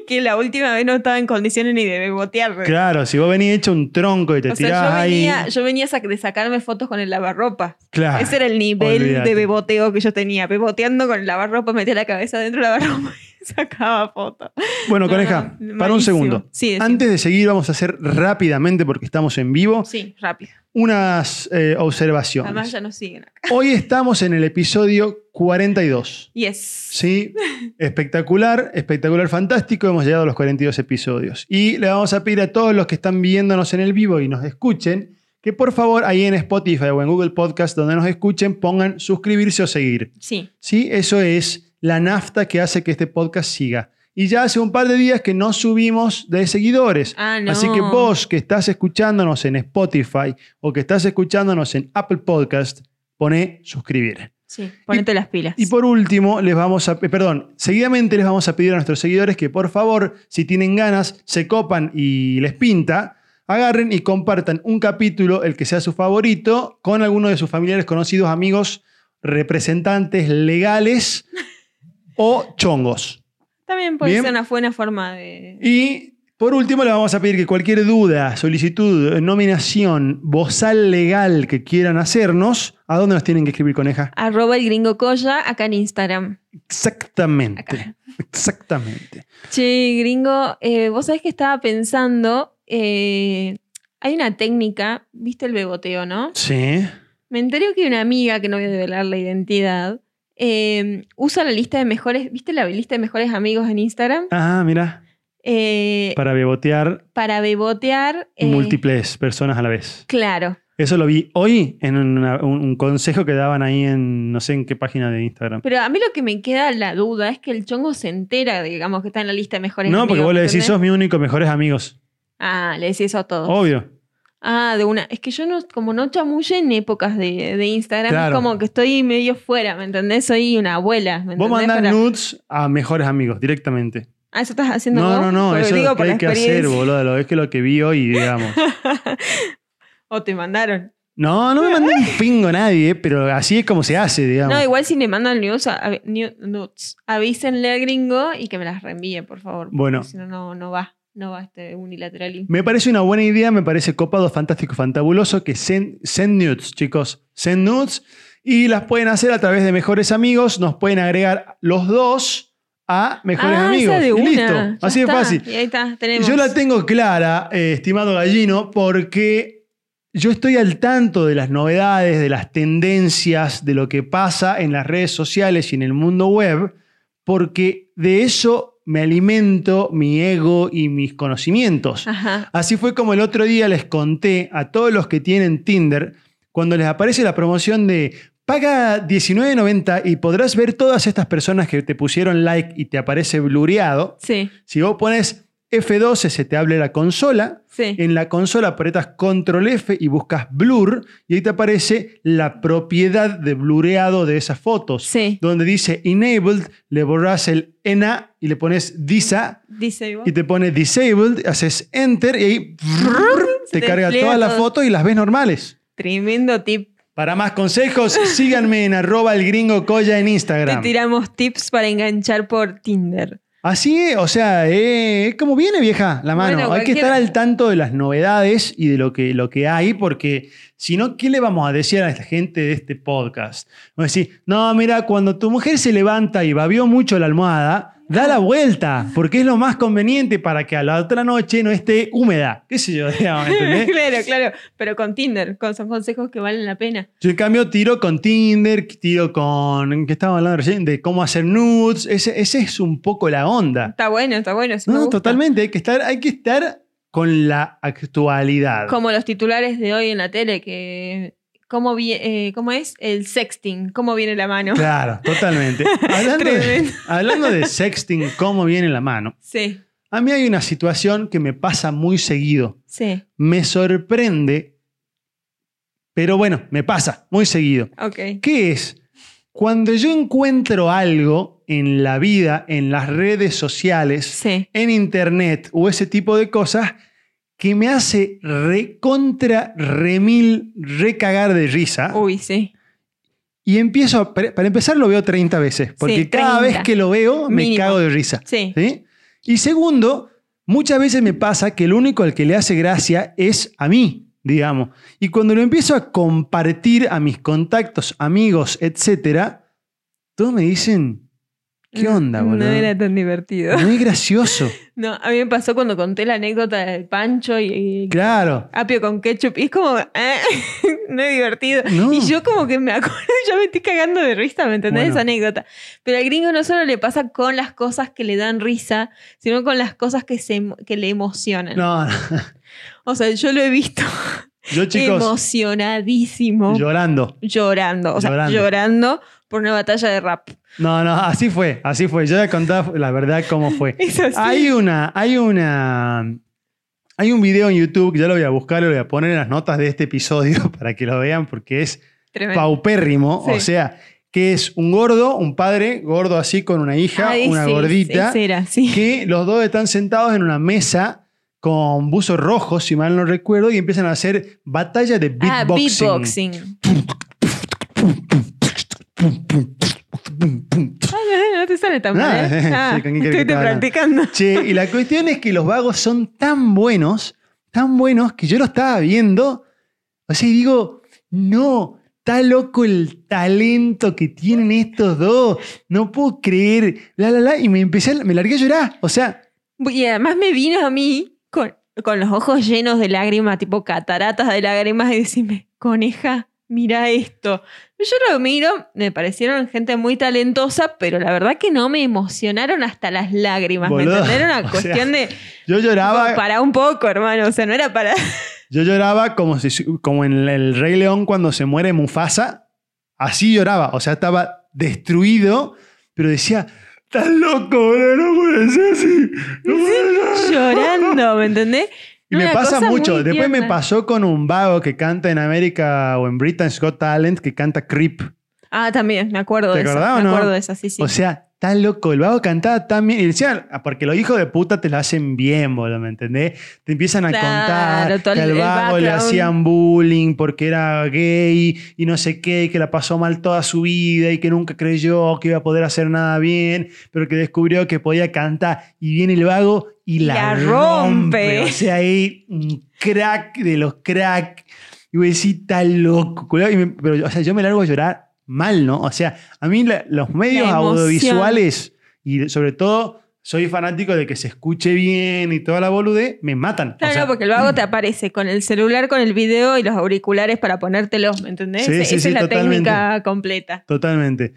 [SPEAKER 7] que la última vez no estaba en condiciones ni de bebotear.
[SPEAKER 8] Claro, si vos venís hecho un tronco y te
[SPEAKER 7] o
[SPEAKER 8] tirás
[SPEAKER 7] sea, yo
[SPEAKER 8] ahí.
[SPEAKER 7] venía, yo venía sac- de sacarme fotos con el lavarropa.
[SPEAKER 8] claro.
[SPEAKER 7] Ese era el nivel
[SPEAKER 8] Ah, olvídate.
[SPEAKER 7] de beboteo que yo tenía. Beboteando con el lavarropa, metía la cabeza dentro del lavarropa y sacaba fotos.
[SPEAKER 8] Bueno,
[SPEAKER 7] No,
[SPEAKER 8] coneja,
[SPEAKER 7] no,
[SPEAKER 8] para
[SPEAKER 7] malísimo.
[SPEAKER 8] un segundo.
[SPEAKER 7] Sí, decime.
[SPEAKER 8] Antes de seguir, vamos a hacer rápidamente, porque estamos en vivo,
[SPEAKER 7] Sí, rápido.
[SPEAKER 8] unas eh,
[SPEAKER 7] Además
[SPEAKER 8] observaciones.
[SPEAKER 7] ya nos siguen acá.
[SPEAKER 8] Hoy estamos en el episodio 42.
[SPEAKER 7] Yes.
[SPEAKER 8] Sí, espectacular, espectacular, fantástico. Hemos llegado a los 42 episodios. Y le vamos a pedir a todos los que están viéndonos en el vivo y nos escuchen, que por favor ahí en Spotify o en Google Podcast, donde nos escuchen, pongan suscribirse o seguir.
[SPEAKER 7] Sí.
[SPEAKER 8] Sí, eso es la nafta que hace que este podcast siga. Y ya hace un par de días que no subimos de seguidores.
[SPEAKER 7] Ah, no.
[SPEAKER 8] Así que vos que estás escuchándonos en Spotify o que estás escuchándonos en Apple Podcast, poné suscribir.
[SPEAKER 7] Sí, ponete las pilas.
[SPEAKER 8] Y por último, les vamos a, eh, perdón, seguidamente les vamos a pedir a nuestros seguidores que por favor, si tienen ganas, se copan y les pinta, agarren y compartan un capítulo, el que sea su favorito, con alguno de sus familiares, conocidos, amigos, representantes legales o chongos.
[SPEAKER 7] También puede
[SPEAKER 8] Bien.
[SPEAKER 7] ser una buena forma de...
[SPEAKER 8] Y por último, le vamos a pedir que cualquier duda, solicitud, eh, nominación, bozal legal que quieran hacernos, ¿a dónde nos tienen que escribir, coneja?
[SPEAKER 7] Arroba el gringo Coya acá en Instagram.
[SPEAKER 8] Exactamente.
[SPEAKER 7] Acá.
[SPEAKER 8] Exactamente.
[SPEAKER 7] Che, gringo, eh, vos sabés que estaba pensando, eh, hay una técnica, viste el beboteo, ¿no?
[SPEAKER 8] Sí.
[SPEAKER 7] Me enteré que una amiga, que no voy a develar la identidad, eh, usa la lista de mejores, viste la lista de mejores amigos en Instagram,
[SPEAKER 8] Ah, mira.
[SPEAKER 7] Eh,
[SPEAKER 8] Para bebotear
[SPEAKER 7] para bebotear... eh,
[SPEAKER 8] múltiples personas a la vez.
[SPEAKER 7] Claro.
[SPEAKER 8] Eso lo vi hoy en una- un, un consejo que daban ahí en no sé en qué página de Instagram.
[SPEAKER 7] Pero a mí lo que me queda la duda es que el chongo se entera, digamos, que está en la lista de mejores
[SPEAKER 8] no,
[SPEAKER 7] amigos.
[SPEAKER 8] porque vos le
[SPEAKER 7] ¿me
[SPEAKER 8] decís,
[SPEAKER 7] entendés?
[SPEAKER 8] sos mi único mejores amigos.
[SPEAKER 7] Ah, le decís eso a todos.
[SPEAKER 8] Obvio.
[SPEAKER 7] Ah, de una. Es que yo no, como no chamulle en épocas de, de Instagram,
[SPEAKER 8] Claro.
[SPEAKER 7] es como que estoy medio fuera, ¿me entendés? Soy una abuela, ¿me
[SPEAKER 8] Vos
[SPEAKER 7] entendés?
[SPEAKER 8] mandás
[SPEAKER 7] Para-
[SPEAKER 8] nudes a mejores amigos directamente.
[SPEAKER 7] Ah, eso estás haciendo
[SPEAKER 8] No,
[SPEAKER 7] vos?
[SPEAKER 8] no, no.
[SPEAKER 7] Porque
[SPEAKER 8] Eso es
[SPEAKER 7] digo
[SPEAKER 8] lo que
[SPEAKER 7] por la
[SPEAKER 8] hay que hacer,
[SPEAKER 7] experiencia.
[SPEAKER 8] boludo. Lo es que lo que vi hoy, digamos.
[SPEAKER 7] O Oh, te mandaron.
[SPEAKER 8] No, no me mandé un pingo a nadie, eh, pero así es como se hace, digamos.
[SPEAKER 7] No, igual si le mandan news, a- a- new- nudes, avísenle al gringo y que me las reenvíe, por favor. porque
[SPEAKER 8] Bueno.
[SPEAKER 7] Si no, no, no va. No va este unilateralismo.
[SPEAKER 8] Me parece una buena idea, me parece copado, fantástico, fantabuloso que send, send nudes, chicos. Send nudes. Y las pueden hacer a través de mejores amigos. Nos pueden agregar los dos a mejores
[SPEAKER 7] ah,
[SPEAKER 8] amigos.
[SPEAKER 7] esa de
[SPEAKER 8] y
[SPEAKER 7] una.
[SPEAKER 8] listo.
[SPEAKER 7] ya
[SPEAKER 8] Así de
[SPEAKER 7] está.
[SPEAKER 8] fácil.
[SPEAKER 7] Y ahí está,
[SPEAKER 8] Y
[SPEAKER 7] tenemos.
[SPEAKER 8] Yo la tengo clara, eh, estimado gallino, porque yo estoy al tanto de las novedades, de las tendencias, de lo que pasa en las redes sociales y en el mundo web, porque de eso me alimento mi ego y mis conocimientos.
[SPEAKER 7] Ajá.
[SPEAKER 8] Así fue como el otro día les conté a todos los que tienen Tinder, cuando les aparece la promoción de paga 19.90 y podrás ver todas estas personas que te pusieron like y te aparece blureado.
[SPEAKER 7] Sí,
[SPEAKER 8] Si vos pones F12, se te abre la consola.
[SPEAKER 7] sí.
[SPEAKER 8] En la consola apretas Control F y buscas Blur y ahí te aparece la propiedad de blureado de esas fotos.
[SPEAKER 7] Sí.
[SPEAKER 8] Donde dice Enabled, le borras el ENA y le pones DISA
[SPEAKER 7] Dice igual.
[SPEAKER 8] y te pone Disabled, haces Enter y ahí te
[SPEAKER 7] te
[SPEAKER 8] carga
[SPEAKER 7] despliega
[SPEAKER 8] todas las
[SPEAKER 7] todo.
[SPEAKER 8] fotos y las ves normales.
[SPEAKER 7] Tremendo tip.
[SPEAKER 8] Para más consejos, síganme en arroba el gringo colla en
[SPEAKER 7] Te
[SPEAKER 8] Instagram.
[SPEAKER 7] tiramos tips para enganchar por Tinder.
[SPEAKER 8] Así es, o sea, eh, es como viene vieja la mano.
[SPEAKER 7] Bueno,
[SPEAKER 8] hay que
[SPEAKER 7] cualquier-
[SPEAKER 8] estar al tanto de las novedades y de lo que, lo que hay, porque si no, ¿qué le vamos a decir a la gente de este podcast? Vamos a decir, no, mira, cuando tu mujer se levanta y babió mucho la almohada, da la vuelta, porque es lo más conveniente para que a la otra noche no esté húmeda. ¿Qué sé yo? digamos, ¿entendés?
[SPEAKER 7] claro, claro. Pero con Tinder, con, son consejos que valen la pena.
[SPEAKER 8] Yo en cambio tiro con Tinder, tiro con... ¿Qué estaba hablando recién? De cómo hacer nudes. Ese, ese es un poco la onda.
[SPEAKER 7] Está bueno, está bueno. sí me
[SPEAKER 8] No,
[SPEAKER 7] gusta.
[SPEAKER 8] totalmente. Hay que, estar, hay que estar con la actualidad.
[SPEAKER 7] Como los titulares de hoy en la tele, que. ¿Cómo, vi- eh, ¿Cómo es? El sexting. ¿Cómo viene la mano?
[SPEAKER 8] Claro, totalmente. Hablando de,
[SPEAKER 7] Tremendo.
[SPEAKER 8] hablando de sexting, cómo viene la mano.
[SPEAKER 7] Sí,
[SPEAKER 8] A mí hay una situación que me pasa muy seguido.
[SPEAKER 7] sí.
[SPEAKER 8] Me sorprende, pero bueno, me pasa muy seguido.
[SPEAKER 7] Ok.
[SPEAKER 8] ¿Qué es? Cuando yo encuentro algo en la vida, en las redes sociales,
[SPEAKER 7] Sí.
[SPEAKER 8] en internet o ese tipo de cosas que me hace recontra, remil, recagar de risa.
[SPEAKER 7] Uy, sí.
[SPEAKER 8] Y empiezo, a- para para empezar lo veo 30 veces, porque
[SPEAKER 7] Sí,
[SPEAKER 8] cada
[SPEAKER 7] 30.
[SPEAKER 8] vez que lo veo me
[SPEAKER 7] Mínimo.
[SPEAKER 8] cago de risa.
[SPEAKER 7] Sí.
[SPEAKER 8] ¿sí? Y segundo, muchas veces me pasa que el único al que le hace gracia es a mí, digamos. Y cuando lo empiezo a compartir a mis contactos, amigos, etcétera, todos me dicen, ¿qué onda,
[SPEAKER 7] No
[SPEAKER 8] boludo?
[SPEAKER 7] era tan divertido.
[SPEAKER 8] No es gracioso.
[SPEAKER 7] No, a mí me pasó cuando conté la anécdota del pancho y, y
[SPEAKER 8] Claro.
[SPEAKER 7] apio con ketchup. Y es como, eh, no es divertido.
[SPEAKER 8] No.
[SPEAKER 7] Y yo como que me acuerdo, ya me estoy cagando de risa, ¿me entendés?
[SPEAKER 8] Mm. Bueno.
[SPEAKER 7] Esa anécdota. Pero al gringo no solo le pasa con las cosas que le dan risa, sino con las cosas que, se, emo- que le emocionan.
[SPEAKER 8] No, no.
[SPEAKER 7] O sea, yo lo he visto
[SPEAKER 8] Yo, chicos,
[SPEAKER 7] emocionadísimo.
[SPEAKER 8] llorando.
[SPEAKER 7] Llorando, o sea,
[SPEAKER 8] Llorando.
[SPEAKER 7] llorando. por una batalla de rap.
[SPEAKER 8] No, no, así fue, así fue. Yo ya contaba la verdad cómo fue.
[SPEAKER 7] Es así.
[SPEAKER 8] Hay una, hay una. Hay un video en YouTube que ya lo voy a buscar, lo voy a poner en las notas de este episodio para que lo vean, porque es
[SPEAKER 7] Tremendo.
[SPEAKER 8] paupérrimo. O
[SPEAKER 7] Sí.
[SPEAKER 8] sea, que es un gordo, un padre, gordo así, con una hija,
[SPEAKER 7] Ay,
[SPEAKER 8] una
[SPEAKER 7] sí,
[SPEAKER 8] gordita,
[SPEAKER 7] ese era, sí.
[SPEAKER 8] que los dos están sentados en una mesa con buzos rojos, si mal no recuerdo, y empiezan a hacer batalla de
[SPEAKER 7] Ah,
[SPEAKER 8] beatboxing.
[SPEAKER 7] beatboxing. Ay, no, no te sale tan
[SPEAKER 8] Nada,
[SPEAKER 7] mal. ¿eh?
[SPEAKER 8] sí,
[SPEAKER 7] Ah,
[SPEAKER 8] ¿con quién querés que te
[SPEAKER 7] estuviste
[SPEAKER 8] haga?
[SPEAKER 7] practicando.
[SPEAKER 8] Che, y la cuestión es que los vagos son tan buenos, tan buenos, que yo lo estaba viendo. O sea, y digo, no, está loco el talento que tienen estos dos. No puedo creer. La, la, la. Y me empecé, a- me largué a llorar. O sea,
[SPEAKER 7] Y además me vino a mí con, con los ojos llenos de lágrimas, tipo cataratas de lágrimas, y decirme, coneja, mira esto. Yo lo miro, me parecieron gente muy talentosa, pero la verdad que no me emocionaron hasta las lágrimas.
[SPEAKER 8] Boludo,
[SPEAKER 7] ¿Me entendieron? Una
[SPEAKER 8] o
[SPEAKER 7] cuestión de
[SPEAKER 8] yo lloraba.
[SPEAKER 7] para un poco, hermano. O sea, no era para.
[SPEAKER 8] Yo lloraba como, si, como en El Rey León cuando se muere Mufasa. Así lloraba. O sea, estaba destruido, pero decía, estás loco, boludo, no puede ser así. No puede ser".
[SPEAKER 7] llorando, ¿me entendés?
[SPEAKER 8] Y me
[SPEAKER 7] Una
[SPEAKER 8] pasa
[SPEAKER 7] cosa muy
[SPEAKER 8] mucho. Después me
[SPEAKER 7] tierna.
[SPEAKER 8] pasó con un vago que canta en América o en Britain Scott Talent que canta Creep.
[SPEAKER 7] Ah, también, me acuerdo
[SPEAKER 8] ¿Te
[SPEAKER 7] de
[SPEAKER 8] acordás
[SPEAKER 7] esa.
[SPEAKER 8] o
[SPEAKER 7] Me
[SPEAKER 8] no?
[SPEAKER 7] acuerdo de esa, sí, sí.
[SPEAKER 8] O sea, tan loco. El vago cantaba tan bien. Y decían, "Ah, porque los hijos de puta te lo hacen bien, boludo, ¿me entendés? Te empiezan a
[SPEAKER 7] Claro,
[SPEAKER 8] contar
[SPEAKER 7] todo
[SPEAKER 8] que
[SPEAKER 7] el-
[SPEAKER 8] al
[SPEAKER 7] el
[SPEAKER 8] vago le
[SPEAKER 7] background.
[SPEAKER 8] hacían bullying porque era gay y no sé qué, y que la pasó mal toda su vida y que nunca creyó que iba a poder hacer nada bien, pero que descubrió que podía cantar. Y viene el vago y la,
[SPEAKER 7] La
[SPEAKER 8] rompe.
[SPEAKER 7] rompe.
[SPEAKER 8] O sea, ahí un crack de los crack. Y voy a decir, está loco. culiao". Y me- pero, o sea, yo me largo a llorar mal, ¿no? O sea, a mí la- los medios
[SPEAKER 7] emoción.
[SPEAKER 8] audiovisuales y sobre todo soy fanático de que se escuche bien y toda la bolude, me matan. O
[SPEAKER 7] Claro,
[SPEAKER 8] sea, mm.
[SPEAKER 7] porque el vago te aparece con el celular, con el video y los auriculares para ponértelos, ¿me entendés?
[SPEAKER 8] Sí,
[SPEAKER 7] Esa-
[SPEAKER 8] sí,
[SPEAKER 7] Esa
[SPEAKER 8] sí,
[SPEAKER 7] es la
[SPEAKER 8] totalmente.
[SPEAKER 7] técnica completa.
[SPEAKER 8] Totalmente.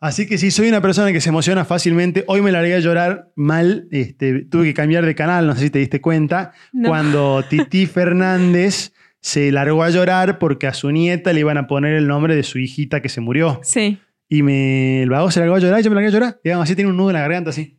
[SPEAKER 8] Así que si soy una persona que se emociona fácilmente, hoy me largué a llorar mal, este, tuve que cambiar de canal, no sé si te diste cuenta,
[SPEAKER 7] No.
[SPEAKER 8] cuando Titi Fernández se largó a llorar porque a su nieta le iban a poner el nombre de su hijita que se murió.
[SPEAKER 7] Sí.
[SPEAKER 8] Y me, el vago se largó a llorar y yo me largué a llorar. Digamos, así tiene un nudo en la garganta, así.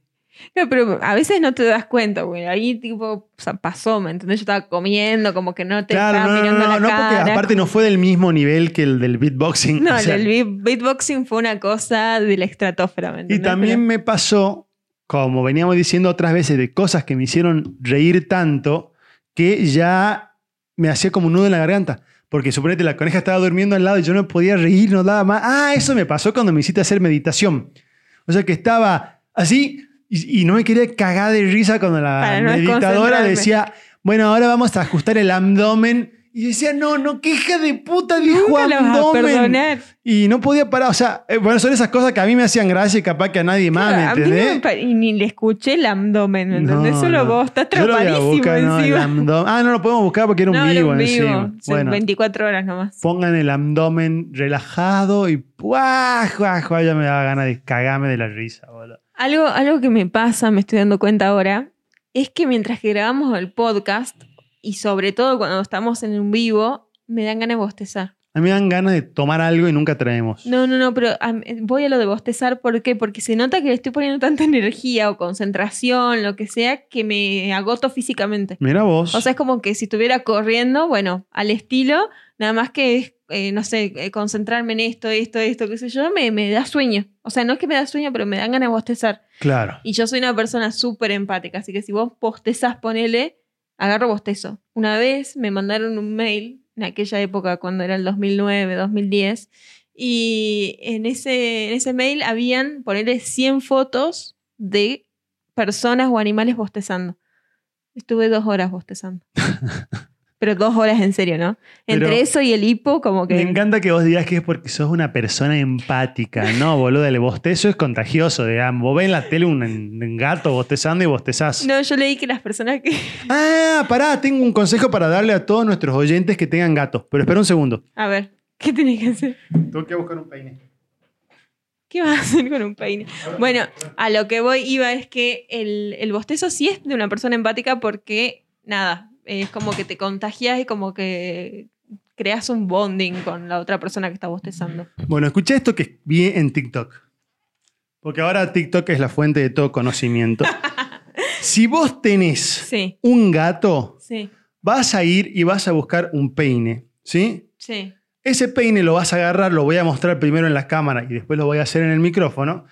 [SPEAKER 7] No, pero a veces no te das cuenta, güey. Ahí tipo o sea, pasó, ¿me entendés? Yo estaba comiendo, como que no te
[SPEAKER 8] claro,
[SPEAKER 7] estaba
[SPEAKER 8] no, no,
[SPEAKER 7] mirando
[SPEAKER 8] no,
[SPEAKER 7] la
[SPEAKER 8] no,
[SPEAKER 7] cara.
[SPEAKER 8] porque aparte no fue del mismo nivel que el del beatboxing.
[SPEAKER 7] No,
[SPEAKER 8] o sea,
[SPEAKER 7] el beat- beatboxing fue una cosa de la estratosfera, ¿me
[SPEAKER 8] Y
[SPEAKER 7] entendés?
[SPEAKER 8] también me pasó, como veníamos diciendo otras veces, de cosas que me hicieron reír tanto que ya me hacía como un nudo en la garganta. Porque suponete, la coneja estaba durmiendo al lado y yo no podía reír, no daba más. Ah, eso me pasó cuando me hiciste hacer meditación. O sea que estaba así y, y no me quería cagar de risa cuando la
[SPEAKER 7] Para no
[SPEAKER 8] meditadora
[SPEAKER 7] desconcentrarme.
[SPEAKER 8] decía, bueno, ahora vamos a ajustar el abdomen. Y yo decía, no, no, qué hija de puta dijo
[SPEAKER 7] Nunca la vas a
[SPEAKER 8] abdomen.
[SPEAKER 7] perdonar.
[SPEAKER 8] Y no podía parar, o sea, eh, bueno, son esas cosas que a mí me hacían gracia y capaz que a nadie más,
[SPEAKER 7] Claro,
[SPEAKER 8] ¿me
[SPEAKER 7] a mí no me
[SPEAKER 8] entendés?
[SPEAKER 7] pa- y ni le escuché el abdomen, ¿me entendés?
[SPEAKER 8] No,
[SPEAKER 7] Solo
[SPEAKER 8] no.
[SPEAKER 7] vos, estás
[SPEAKER 8] Yo lo voy a
[SPEAKER 7] atrapadísimo
[SPEAKER 8] buscar, no, el
[SPEAKER 7] encima.
[SPEAKER 8] abdomen. Ah, no lo podemos buscar porque era un
[SPEAKER 7] No, era
[SPEAKER 8] vivo
[SPEAKER 7] un vivo.
[SPEAKER 8] encima.
[SPEAKER 7] sí,
[SPEAKER 8] bueno,
[SPEAKER 7] 24 horas nomás.
[SPEAKER 8] pongan el abdomen relajado y ¡guau, guau, guau! ya me daba ganas de cagarme de la risa, boludo.
[SPEAKER 7] Algo, algo que me pasa, me estoy dando cuenta ahora, es que mientras que grabamos el podcast, y sobre todo cuando estamos en un vivo, me dan ganas de bostezar.
[SPEAKER 8] A mí me dan ganas de tomar algo y nunca traemos.
[SPEAKER 7] No, no, no, pero a mí- voy a lo de bostezar, ¿por qué? Porque se nota que le estoy poniendo tanta energía o concentración, lo que sea, que me agoto físicamente.
[SPEAKER 8] Mira vos.
[SPEAKER 7] O sea, es como que si estuviera corriendo, bueno, al estilo, nada más que es, eh, no sé, eh, concentrarme en esto, esto, esto, qué sé yo, me, me da sueño. O sea, no es que me da sueño, pero me dan ganas de bostezar.
[SPEAKER 8] claro.
[SPEAKER 7] Y yo soy una persona súper empática, así que si vos bostezás, ponele, agarro bostezo. Una vez me mandaron un mail, en aquella época cuando era el 2009, 2010, y en ese, en ese mail habían, ponele, 100 fotos de personas o animales bostezando. Estuve dos horas bostezando. Pero dos horas en serio, ¿no? Entre
[SPEAKER 8] Pero-
[SPEAKER 7] eso y el hipo, como que...
[SPEAKER 8] Me encanta que vos digas que es porque sos una persona empática. No, boludo, el bostezo es contagioso. Digamos. Vos ves en la tele un, un gato bostezando y bostezás.
[SPEAKER 7] No, yo leí que las personas que...
[SPEAKER 8] Ah, pará, tengo un consejo para darle a todos nuestros oyentes que tengan gatos. Pero espera un segundo.
[SPEAKER 7] A ver, ¿qué tenés que hacer?
[SPEAKER 8] Tengo que buscar un peine.
[SPEAKER 7] ¿Qué vas a hacer con un peine? Bueno, a lo que voy iba es que el, el bostezo sí es de una persona empática porque, nada, es como que te contagias y como que creas un bonding con la otra persona que está bostezando.
[SPEAKER 8] Bueno, escuché esto que vi en TikTok. Porque ahora TikTok es la fuente de todo conocimiento. si vos tenés
[SPEAKER 7] Sí,
[SPEAKER 8] un gato,
[SPEAKER 7] sí,
[SPEAKER 8] vas a ir y vas a buscar un peine, ¿sí?
[SPEAKER 7] sí.
[SPEAKER 8] Ese peine lo vas a agarrar, lo voy a mostrar primero en la cámara y después lo voy a hacer en el micrófono.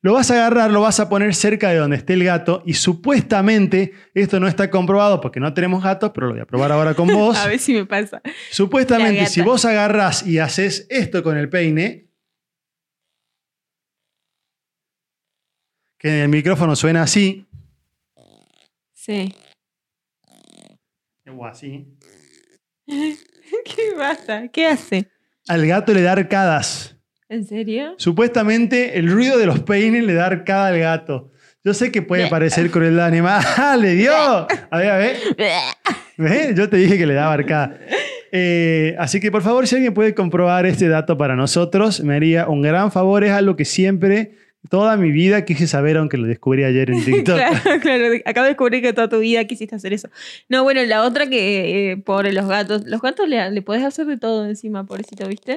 [SPEAKER 8] Lo vas a agarrar, lo vas a poner cerca de donde esté el gato y supuestamente, esto no está comprobado porque no tenemos gatos, pero lo voy a probar ahora con vos.
[SPEAKER 7] A ver si me pasa. La
[SPEAKER 8] Supuestamente,
[SPEAKER 7] gata.
[SPEAKER 8] si vos agarrás y haces esto con el peine, que en el micrófono suena así,
[SPEAKER 7] Sí.
[SPEAKER 8] o así,
[SPEAKER 7] ¿Qué pasa? ¿Qué hace?
[SPEAKER 8] al gato le da arcadas.
[SPEAKER 7] ¿En serio?
[SPEAKER 8] Supuestamente, el ruido de los peines le da arcada al gato. Yo sé que puede parecer crueldad animal. ¡Ah, le dio! A ver, a ver. ¿Ves? Yo te dije que le daba arcada. Eh, así que por favor, si alguien puede comprobar este dato para nosotros, me haría un gran favor. Es algo que siempre, toda mi vida quise saber, aunque lo descubrí ayer en TikTok.
[SPEAKER 7] Claro, claro. Acabo de descubrir que toda tu vida quisiste hacer eso. No, bueno, la otra que, eh, pobre, los gatos. Los gatos le, le podés hacer de todo encima, pobrecito, ¿viste?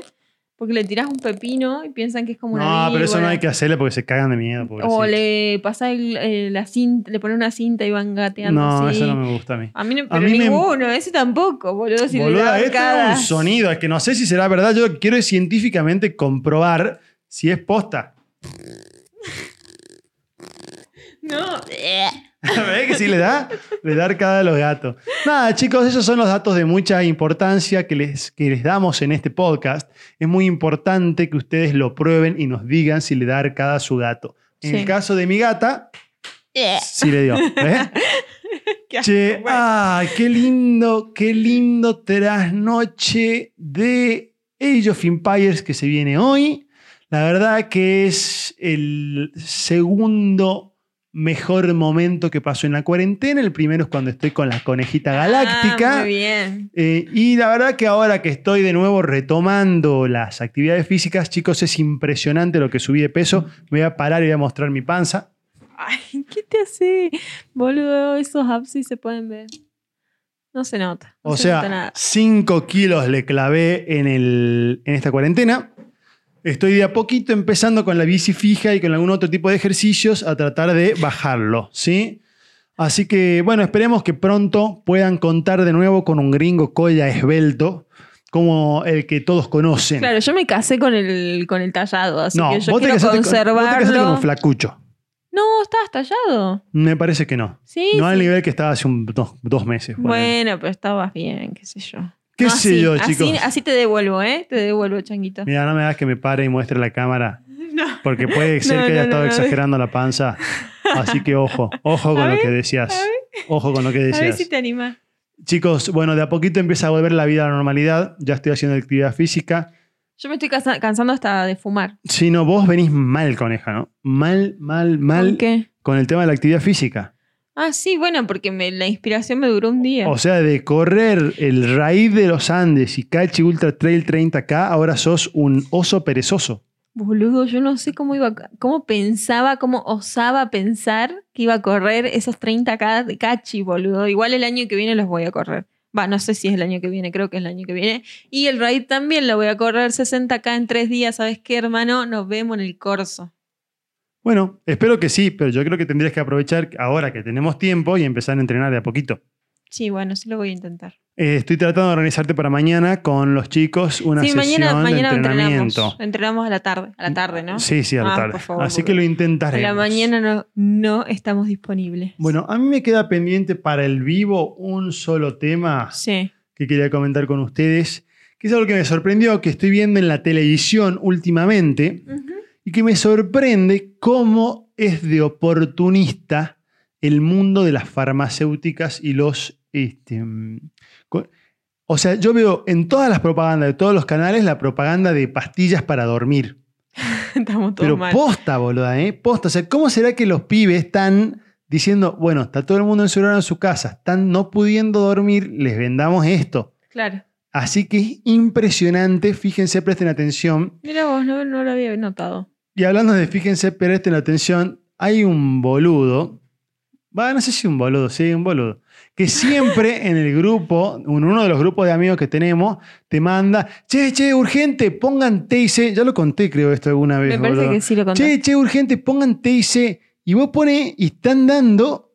[SPEAKER 7] Porque le tirás un pepino y piensan que es como una
[SPEAKER 8] No, pero eso no
[SPEAKER 7] víbora.
[SPEAKER 8] hay que hacerle porque se cagan de miedo.
[SPEAKER 7] O
[SPEAKER 8] pobrecito.
[SPEAKER 7] le pasás el- eh, la cinta, le pones una cinta y van gateando
[SPEAKER 8] No,
[SPEAKER 7] así.
[SPEAKER 8] eso no me gusta a mí.
[SPEAKER 7] A mí, no, pero
[SPEAKER 8] mí me-
[SPEAKER 7] ninguno, ese tampoco, boludo. Si le da
[SPEAKER 8] Boluda, esto es
[SPEAKER 7] arcadas.
[SPEAKER 8] un sonido. Es que no sé si será verdad. Yo lo que quiero es científicamente comprobar si es posta.
[SPEAKER 7] No, ah,
[SPEAKER 8] ¿Ves que sí le da? Le da arcada a los gatos. Nada, chicos, esos son los datos de mucha importancia que les, que les damos en este podcast. Es muy importante que ustedes lo prueben y nos digan si le da arcada a su gato. En
[SPEAKER 7] Sí.
[SPEAKER 8] el caso de mi gata, sí le dio. ¿ves?
[SPEAKER 7] Qué asco,
[SPEAKER 8] Che,
[SPEAKER 7] bueno.
[SPEAKER 8] ah, qué lindo, qué lindo trasnoche de Age of Empires que se viene hoy. La verdad que es el segundo mejor momento que pasó en la cuarentena. El primero es cuando estoy con la conejita galáctica.
[SPEAKER 7] Ah, muy bien.
[SPEAKER 8] Eh, y la verdad que ahora que estoy de nuevo retomando las actividades físicas, chicos, es impresionante lo que subí de
[SPEAKER 7] Mm.
[SPEAKER 8] peso. Me voy a parar y voy a mostrar mi panza.
[SPEAKER 7] Ay, ¿qué te hace? Boludo, esos absis se pueden ver. No se nota. no
[SPEAKER 8] O
[SPEAKER 7] se nota
[SPEAKER 8] sea,
[SPEAKER 7] nada.
[SPEAKER 8] 5 kilos le clavé en, el, en esta cuarentena. Estoy de a poquito empezando con la bici fija y con algún otro tipo de ejercicios a tratar de bajarlo, ¿sí? Así que, bueno, esperemos que pronto puedan contar de nuevo con un gringo colla esbelto como el que todos conocen.
[SPEAKER 7] Claro, yo me casé con el, con el tallado, así
[SPEAKER 8] no,
[SPEAKER 7] que yo
[SPEAKER 8] vos te,
[SPEAKER 7] quiero
[SPEAKER 8] casaste con, vos te casaste
[SPEAKER 7] conservarlo.
[SPEAKER 8] con un flacucho.
[SPEAKER 7] no, estabas tallado.
[SPEAKER 8] Me parece que no.
[SPEAKER 7] Sí.
[SPEAKER 8] no al
[SPEAKER 7] sí.
[SPEAKER 8] nivel que estaba hace un- dos, dos meses. ponele.
[SPEAKER 7] Bueno, pero estabas bien, qué sé yo.
[SPEAKER 8] ¿Qué
[SPEAKER 7] No,
[SPEAKER 8] sé
[SPEAKER 7] así,
[SPEAKER 8] yo,
[SPEAKER 7] así-
[SPEAKER 8] chicos?
[SPEAKER 7] Así, te devuelvo, ¿eh? Te devuelvo, changuito.
[SPEAKER 8] Mira, no me hagas que me pare y muestre la cámara.
[SPEAKER 7] No.
[SPEAKER 8] Porque puede ser
[SPEAKER 7] No,
[SPEAKER 8] que haya
[SPEAKER 7] no,
[SPEAKER 8] estado
[SPEAKER 7] no, no.
[SPEAKER 8] exagerando la panza. Así que ojo, ojo con
[SPEAKER 7] A
[SPEAKER 8] lo
[SPEAKER 7] ver,
[SPEAKER 8] que decías.
[SPEAKER 7] a ver.
[SPEAKER 8] Ojo con lo que
[SPEAKER 7] A ver
[SPEAKER 8] decías.
[SPEAKER 7] si te animas.
[SPEAKER 8] Chicos, bueno, de a poquito empieza a volver la vida a la normalidad. Ya estoy haciendo actividad física.
[SPEAKER 7] Yo me estoy casa- cansando hasta de fumar.
[SPEAKER 8] Si no, vos venís mal, coneja, ¿no? Mal, mal, mal
[SPEAKER 7] ¿Por qué?
[SPEAKER 8] con el tema de la actividad física.
[SPEAKER 7] Ah, sí, bueno, porque me- la inspiración me duró un día.
[SPEAKER 8] O sea, de correr el raíz de los Andes y Cachi Ultra Trail 30K, ahora sos un oso perezoso.
[SPEAKER 7] Boludo, yo no sé cómo iba, a- cómo pensaba, cómo osaba pensar que iba a correr esos 30K de cachi, boludo. Igual el año que viene los voy a correr. Va, no sé si es el año que viene, creo que es el año que viene. Y el raid también lo voy a correr 60K en tres días. ¿Sabes qué, hermano? Nos vemos en el corso.
[SPEAKER 8] Bueno, espero que sí, pero yo creo que tendrías que aprovechar ahora que tenemos tiempo y empezar a entrenar de a poquito.
[SPEAKER 7] Sí, bueno, sí lo voy a intentar.
[SPEAKER 8] Eh, estoy tratando de organizarte para mañana con los chicos una
[SPEAKER 7] sí,
[SPEAKER 8] sesión
[SPEAKER 7] mañana, mañana
[SPEAKER 8] de entrenamiento. Mm,
[SPEAKER 7] entrenamos. Entrenamos a la tarde. A la tarde, ¿no?
[SPEAKER 8] Sí, sí, a la
[SPEAKER 7] Ah,
[SPEAKER 8] tarde.
[SPEAKER 7] por favor,
[SPEAKER 8] Así
[SPEAKER 7] boludo.
[SPEAKER 8] que lo
[SPEAKER 7] a
[SPEAKER 8] intentaré.
[SPEAKER 7] la mañana no, no estamos disponibles.
[SPEAKER 8] Bueno, a mí me queda pendiente para el vivo un solo tema
[SPEAKER 7] Sí.
[SPEAKER 8] que quería comentar con ustedes, que es algo que me sorprendió, que estoy viendo en la televisión últimamente y que me sorprende cómo es de oportunista el mundo de las farmacéuticas y los... este, mm, co- o sea, yo veo en todas las propagandas de todos los canales la propaganda de pastillas para dormir.
[SPEAKER 7] Estamos todos
[SPEAKER 8] Pero
[SPEAKER 7] mal.
[SPEAKER 8] posta, boluda, ¿eh? Posta. O sea, ¿cómo será que los pibes están diciendo, bueno, está todo el mundo encerrado en su casa, están no pudiendo dormir, les vendamos esto?
[SPEAKER 7] Claro.
[SPEAKER 8] Así que es impresionante, fíjense, presten atención.
[SPEAKER 7] Mira vos, no, no lo había notado.
[SPEAKER 8] Y hablando de fíjense, presten atención, hay un boludo, va, no sé si un boludo, sí, un boludo, que siempre en el grupo, en uno de los grupos de amigos que tenemos, te manda, che, che, urgente, pongan TIC, ya lo conté creo esto alguna vez.
[SPEAKER 7] Me parece
[SPEAKER 8] boludo.
[SPEAKER 7] que sí lo conté.
[SPEAKER 8] Che, che, urgente, pongan TIC. Y vos pones, y están dando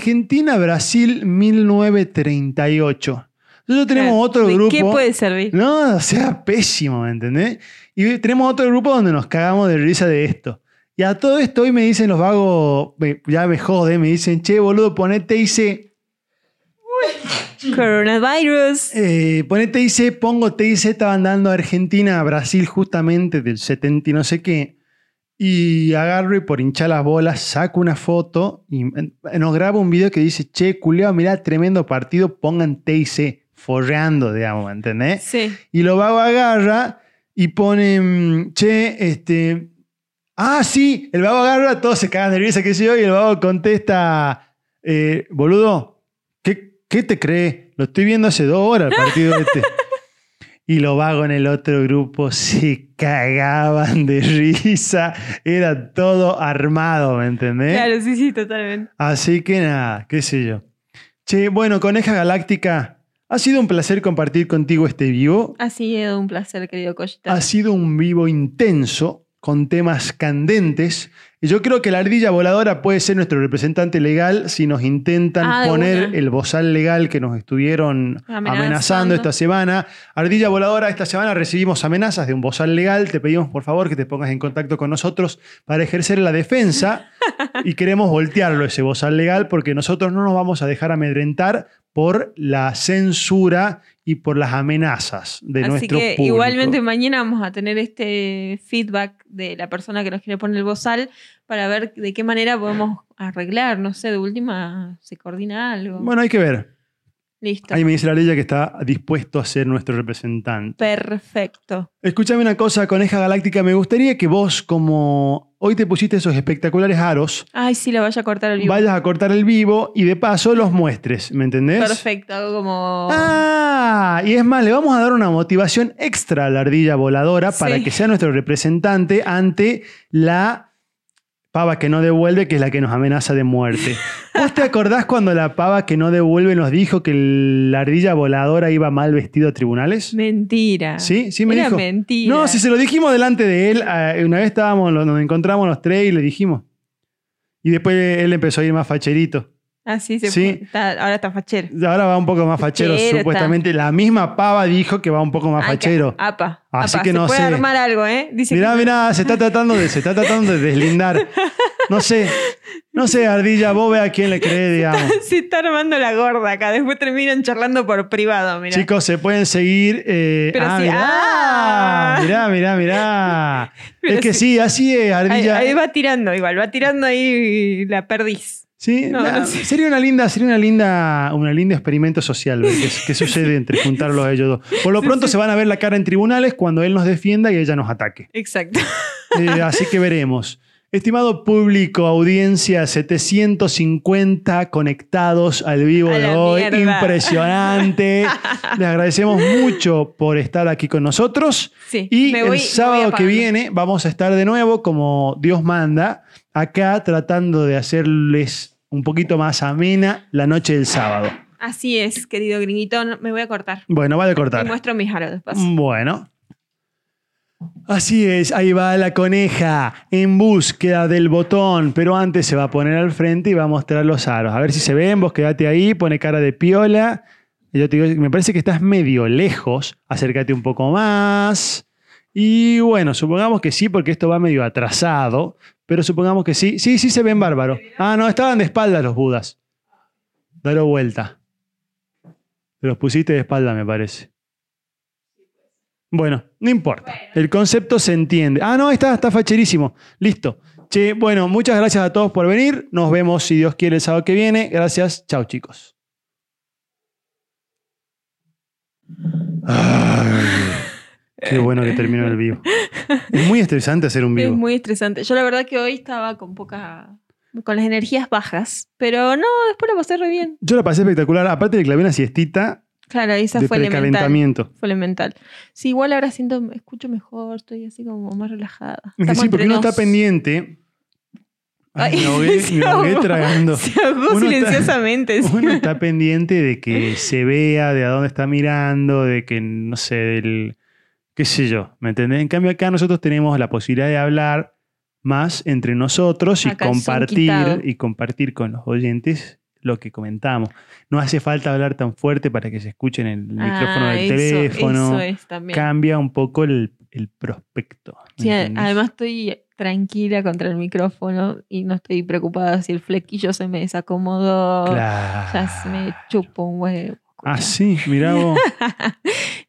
[SPEAKER 8] Argentina-Brasil 1938. Nosotros tenemos
[SPEAKER 7] Claro.
[SPEAKER 8] otro
[SPEAKER 7] ¿De
[SPEAKER 8] grupo.
[SPEAKER 7] ¿Qué puede servir?
[SPEAKER 8] No, o sea, pésimo, ¿me entendés? Y tenemos otro grupo donde nos cagamos de risa de esto. Y a todo esto hoy me dicen los vagos, me- ya me jode, me dicen, che, boludo, ponete IC,
[SPEAKER 7] Coronavirus.
[SPEAKER 8] eh, ponete IC, pongo TIC, estaban dando a Argentina, a Brasil justamente del 70 y no sé qué. Y agarro y por hinchar las bolas saco una foto y eh, nos grabo un video que dice, che, culeado, mirá, tremendo partido, pongan TIC, forreando, digamos, ¿me entendés?
[SPEAKER 7] Sí.
[SPEAKER 8] Y lo vago agarra y pone, mm, che, este... Ah, sí, el vago agarra, todos se cagan de risa, qué sé yo, y el vago contesta, eh, boludo, ¿qué, qué te cree? Lo estoy viendo hace dos horas el partido este. Y lo vago en el otro grupo se cagaban de risa. Era todo armado, ¿me entendés?
[SPEAKER 7] Claro, sí, sí, totalmente.
[SPEAKER 8] Así que nada, qué sé yo. Che, bueno, Coneja Galáctica, ha sido un placer compartir contigo este vivo.
[SPEAKER 7] Ha sido un placer, querido Collita.
[SPEAKER 8] Ha sido un vivo intenso, con temas candentes. Y yo creo que la ardilla voladora puede ser nuestro representante legal si nos intentan
[SPEAKER 7] Ah, de
[SPEAKER 8] poner
[SPEAKER 7] una.
[SPEAKER 8] el bozal legal que nos estuvieron amenazando.
[SPEAKER 7] Amenazando.
[SPEAKER 8] esta semana. Ardilla voladora, esta semana recibimos amenazas de un bozal legal. Te pedimos por favor que te pongas en contacto con nosotros para ejercer la defensa y queremos voltearlo ese bozal legal porque nosotros no nos vamos a dejar amedrentar por la censura y por las amenazas de
[SPEAKER 7] Así
[SPEAKER 8] nuestro
[SPEAKER 7] que
[SPEAKER 8] público.
[SPEAKER 7] igualmente mañana vamos a tener este feedback de la persona que nos quiere poner el bozal para ver de qué manera podemos arreglar, no sé, de última se coordina algo.
[SPEAKER 8] Bueno, hay que ver.
[SPEAKER 7] Listo.
[SPEAKER 8] Ahí me dice la ley que está dispuesto a ser nuestro representante.
[SPEAKER 7] Perfecto.
[SPEAKER 8] Escúchame una cosa, Coneja Galáctica. Me gustaría que vos, como hoy te pusiste esos espectaculares aros,
[SPEAKER 7] Ay, sí, lo vaya a cortar el vivo.
[SPEAKER 8] vayas a cortar el vivo y de paso los muestres. ¿Me entendés?
[SPEAKER 7] Perfecto, hago como...
[SPEAKER 8] Ah, y es más, le vamos a dar una motivación extra a la ardilla voladora
[SPEAKER 7] Sí.
[SPEAKER 8] para que sea nuestro representante ante la pava que no devuelve, que es la que nos amenaza de muerte. ¿Vos te acordás cuando la pava que no devuelve nos dijo que la ardilla voladora iba mal vestido a tribunales?
[SPEAKER 7] Mentira.
[SPEAKER 8] Sí, sí me
[SPEAKER 7] Era
[SPEAKER 8] dijo.
[SPEAKER 7] mentira.
[SPEAKER 8] No, si se lo dijimos delante de él, eh, una vez estábamos, lo- nos encontramos los tres y le dijimos. Y después él empezó a ir más facherito.
[SPEAKER 7] Así se
[SPEAKER 8] Sí.
[SPEAKER 7] fue. Está- ahora está fachero.
[SPEAKER 8] Ahora va un poco más fachero,
[SPEAKER 7] Fachero está.
[SPEAKER 8] supuestamente. La misma pava dijo que va un poco más
[SPEAKER 7] Ay,
[SPEAKER 8] fachero.
[SPEAKER 7] ca- Apa.
[SPEAKER 8] Así
[SPEAKER 7] apa.
[SPEAKER 8] que
[SPEAKER 7] se
[SPEAKER 8] no
[SPEAKER 7] puede
[SPEAKER 8] sé.
[SPEAKER 7] armar algo, ¿eh? Dice
[SPEAKER 8] Mirá,
[SPEAKER 7] que-
[SPEAKER 8] mirá, se está tratando de, se está tratando de deslindar. No sé, no sé, Ardilla, vos ve a quién le cree, digamos.
[SPEAKER 7] Se está armando la gorda acá. Después terminan charlando por privado, mirá.
[SPEAKER 8] Chicos, se pueden seguir. eh,
[SPEAKER 7] Pero
[SPEAKER 8] ah,
[SPEAKER 7] sí,
[SPEAKER 8] mirá,
[SPEAKER 7] ah.
[SPEAKER 8] mirá, mirá, mirá.
[SPEAKER 7] Pero
[SPEAKER 8] es que
[SPEAKER 7] sí.
[SPEAKER 8] sí, así es,
[SPEAKER 7] Ahí,
[SPEAKER 8] Ardilla.
[SPEAKER 7] ahí va tirando igual, va tirando ahí la perdiz.
[SPEAKER 8] Sí,
[SPEAKER 7] No,
[SPEAKER 8] la-
[SPEAKER 7] no sé.
[SPEAKER 8] sería una linda, sería una linda, una linda experimento social ver qué, qué sucede entre juntarlos a ellos dos. Por lo pronto se van a ver la cara en tribunales cuando él nos defienda y ella nos ataque.
[SPEAKER 7] Exacto.
[SPEAKER 8] Eh, así que veremos. Estimado público, audiencia, 750 conectados al vivo
[SPEAKER 7] A
[SPEAKER 8] de
[SPEAKER 7] la
[SPEAKER 8] hoy.
[SPEAKER 7] mierda.
[SPEAKER 8] Impresionante. Les agradecemos mucho por estar aquí con nosotros.
[SPEAKER 7] Sí.
[SPEAKER 8] Y
[SPEAKER 7] me voy- me voy
[SPEAKER 8] el sábado que
[SPEAKER 7] apagando.
[SPEAKER 8] viene vamos a estar de nuevo, como Dios manda, acá tratando de hacerles un poquito más amena la noche del sábado.
[SPEAKER 7] Así es, querido gringuito, no- me voy a cortar.
[SPEAKER 8] Bueno, vale
[SPEAKER 7] Te
[SPEAKER 8] cortar.
[SPEAKER 7] muestro mis aros después.
[SPEAKER 8] Mm, Bueno. Así es, ahí va la coneja en búsqueda del botón, pero antes se va a poner al frente y va a mostrar los aros. A ver si se ven, vos quedate ahí, pone cara de piola. Y Yo te digo, me parece que estás medio lejos, acércate un poco más. Y bueno, supongamos que sí, porque esto va medio atrasado, pero supongamos que sí. Sí, sí se ven bárbaros. Ah, no, estaban de espaldas los budas. Dalo vuelta. Te los pusiste de espalda, me parece. Bueno, no importa. El concepto se entiende. Ah, no, ahí está, está facherísimo. Listo. Che, bueno, muchas gracias a todos por venir. Nos vemos, si Dios quiere, el sábado que viene. Gracias. Chao, chicos. Ay, qué bueno que terminó el vivo. Es muy estresante hacer un vivo.
[SPEAKER 7] Es muy estresante. Yo la verdad que hoy estaba con poca... Con las energías bajas. Pero no, después lo pasé re bien.
[SPEAKER 8] Yo la pasé espectacular. Aparte le clavé una siestita
[SPEAKER 7] Claro, esa
[SPEAKER 8] de
[SPEAKER 7] fue elemental.
[SPEAKER 8] precalentamiento.
[SPEAKER 7] Fue elemental. Sí, igual ahora siento, escucho mejor, estoy así como más relajada.
[SPEAKER 8] Es que
[SPEAKER 7] Estamos
[SPEAKER 8] sí, porque
[SPEAKER 7] entre
[SPEAKER 8] uno
[SPEAKER 7] nos.
[SPEAKER 8] está pendiente. Ay,
[SPEAKER 7] Ay,
[SPEAKER 8] me ahogué,
[SPEAKER 7] se
[SPEAKER 8] me ahogué
[SPEAKER 7] ahogó.
[SPEAKER 8] tragando.
[SPEAKER 7] Se ahogó
[SPEAKER 8] Uno está-
[SPEAKER 7] silenciosamente. sí.
[SPEAKER 8] Uno está pendiente de que se vea, de a dónde está mirando, de que, no sé, del... qué sé yo, ¿me entendés? En cambio acá nosotros tenemos la posibilidad de hablar más entre nosotros y
[SPEAKER 7] A calzón
[SPEAKER 8] compartir
[SPEAKER 7] quitado.
[SPEAKER 8] y compartir con los oyentes lo que comentamos. No hace falta hablar tan fuerte para que se escuche en el micrófono
[SPEAKER 7] Ah,
[SPEAKER 8] del
[SPEAKER 7] eso-
[SPEAKER 8] teléfono.
[SPEAKER 7] Eso es también.
[SPEAKER 8] Cambia un poco el, el prospecto. ¿me
[SPEAKER 7] Sí, a-
[SPEAKER 8] entendés?
[SPEAKER 7] además estoy tranquila contra el micrófono y no estoy preocupada si el flequillo se me desacomodó.
[SPEAKER 8] Claro.
[SPEAKER 7] Oh, Ya se me chupo un huevo.
[SPEAKER 8] Ah, sí, mirá vos.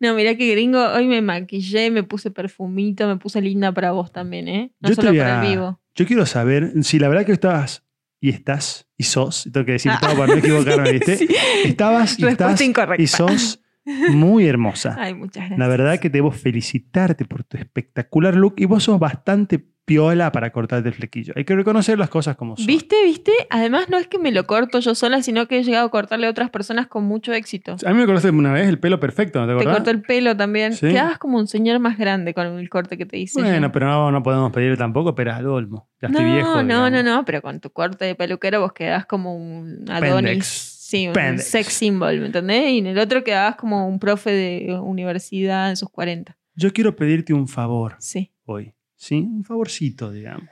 [SPEAKER 7] No, mirá que gringo, hoy me maquillé, me puse perfumito, me puse linda para vos también, ¿eh? No
[SPEAKER 8] Yo te
[SPEAKER 7] solo
[SPEAKER 8] voy
[SPEAKER 7] para
[SPEAKER 8] a-
[SPEAKER 7] el vivo.
[SPEAKER 8] Yo quiero saber si la verdad que estabas y estás y sos, y tengo que decir todo para no equivocarme, ¿viste?
[SPEAKER 7] Sí.
[SPEAKER 8] Estabas y
[SPEAKER 7] Respuesta
[SPEAKER 8] estás
[SPEAKER 7] incorrecta.
[SPEAKER 8] y sos muy hermosa.
[SPEAKER 7] Ay, muchas gracias.
[SPEAKER 8] La verdad que debo felicitarte por tu espectacular look y vos sos bastante piola para cortarte el flequillo. Hay que reconocer las cosas como son.
[SPEAKER 7] ¿Viste, viste? Además, no es que me lo corto yo sola, sino que he llegado a cortarle a otras personas con mucho éxito.
[SPEAKER 8] A mí me cortaste una vez el pelo perfecto, ¿no te
[SPEAKER 7] Te
[SPEAKER 8] acordás?
[SPEAKER 7] corto el pelo también.
[SPEAKER 8] Sí.
[SPEAKER 7] Quedabas como un señor más grande con el corte que te hice.
[SPEAKER 8] bueno,
[SPEAKER 7] yo.
[SPEAKER 8] pero no, no podemos pedirle tampoco, pero al olmo. Ya
[SPEAKER 7] no,
[SPEAKER 8] estoy viejo.
[SPEAKER 7] no,
[SPEAKER 8] digamos.
[SPEAKER 7] no, no, pero con tu corte de peluquero vos quedabas como un Adonis.
[SPEAKER 8] Pendex.
[SPEAKER 7] Sí, un
[SPEAKER 8] Pendex.
[SPEAKER 7] sex symbol, ¿me entendés? Y en el otro quedabas como un profe de universidad en sus 40.
[SPEAKER 8] Yo quiero pedirte un favor.
[SPEAKER 7] Sí.
[SPEAKER 8] hoy. ¿Sí? Un favorcito, digamos.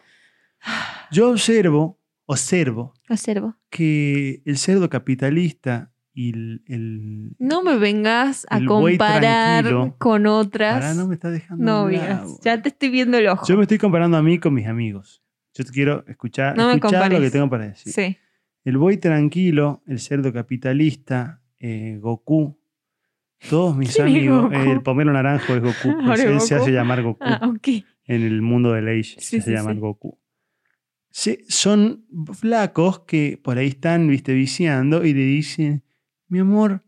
[SPEAKER 8] Yo observo, observo
[SPEAKER 7] Observo.
[SPEAKER 8] que el cerdo capitalista y el... el-
[SPEAKER 7] No me vengas a
[SPEAKER 8] El buey
[SPEAKER 7] comparar
[SPEAKER 8] tranquilo.
[SPEAKER 7] con otras
[SPEAKER 8] Pará, no me está dejando hablar,
[SPEAKER 7] novias.
[SPEAKER 8] boludo.
[SPEAKER 7] Ya te estoy viendo el ojo.
[SPEAKER 8] Yo me estoy comparando a mí con mis amigos. Yo te quiero escuchar,
[SPEAKER 7] No me
[SPEAKER 8] escuchar lo
[SPEAKER 7] compares.
[SPEAKER 8] que tengo para decir.
[SPEAKER 7] Sí.
[SPEAKER 8] El buey tranquilo, el cerdo capitalista, eh, Goku, todos mis
[SPEAKER 7] ¿Quién es
[SPEAKER 8] amigos,
[SPEAKER 7] Goku?
[SPEAKER 8] eh, el pomero naranjo es Goku,
[SPEAKER 7] Ahora
[SPEAKER 8] pues
[SPEAKER 7] es
[SPEAKER 8] él se
[SPEAKER 7] Goku.
[SPEAKER 8] hace llamar Goku.
[SPEAKER 7] Ah, ok.
[SPEAKER 8] en el mundo de Age
[SPEAKER 7] Sí,
[SPEAKER 8] se
[SPEAKER 7] sí,
[SPEAKER 8] llaman
[SPEAKER 7] sí.
[SPEAKER 8] Goku. Se- son flacos que por ahí están, viste, viciando y le dicen, mi amor,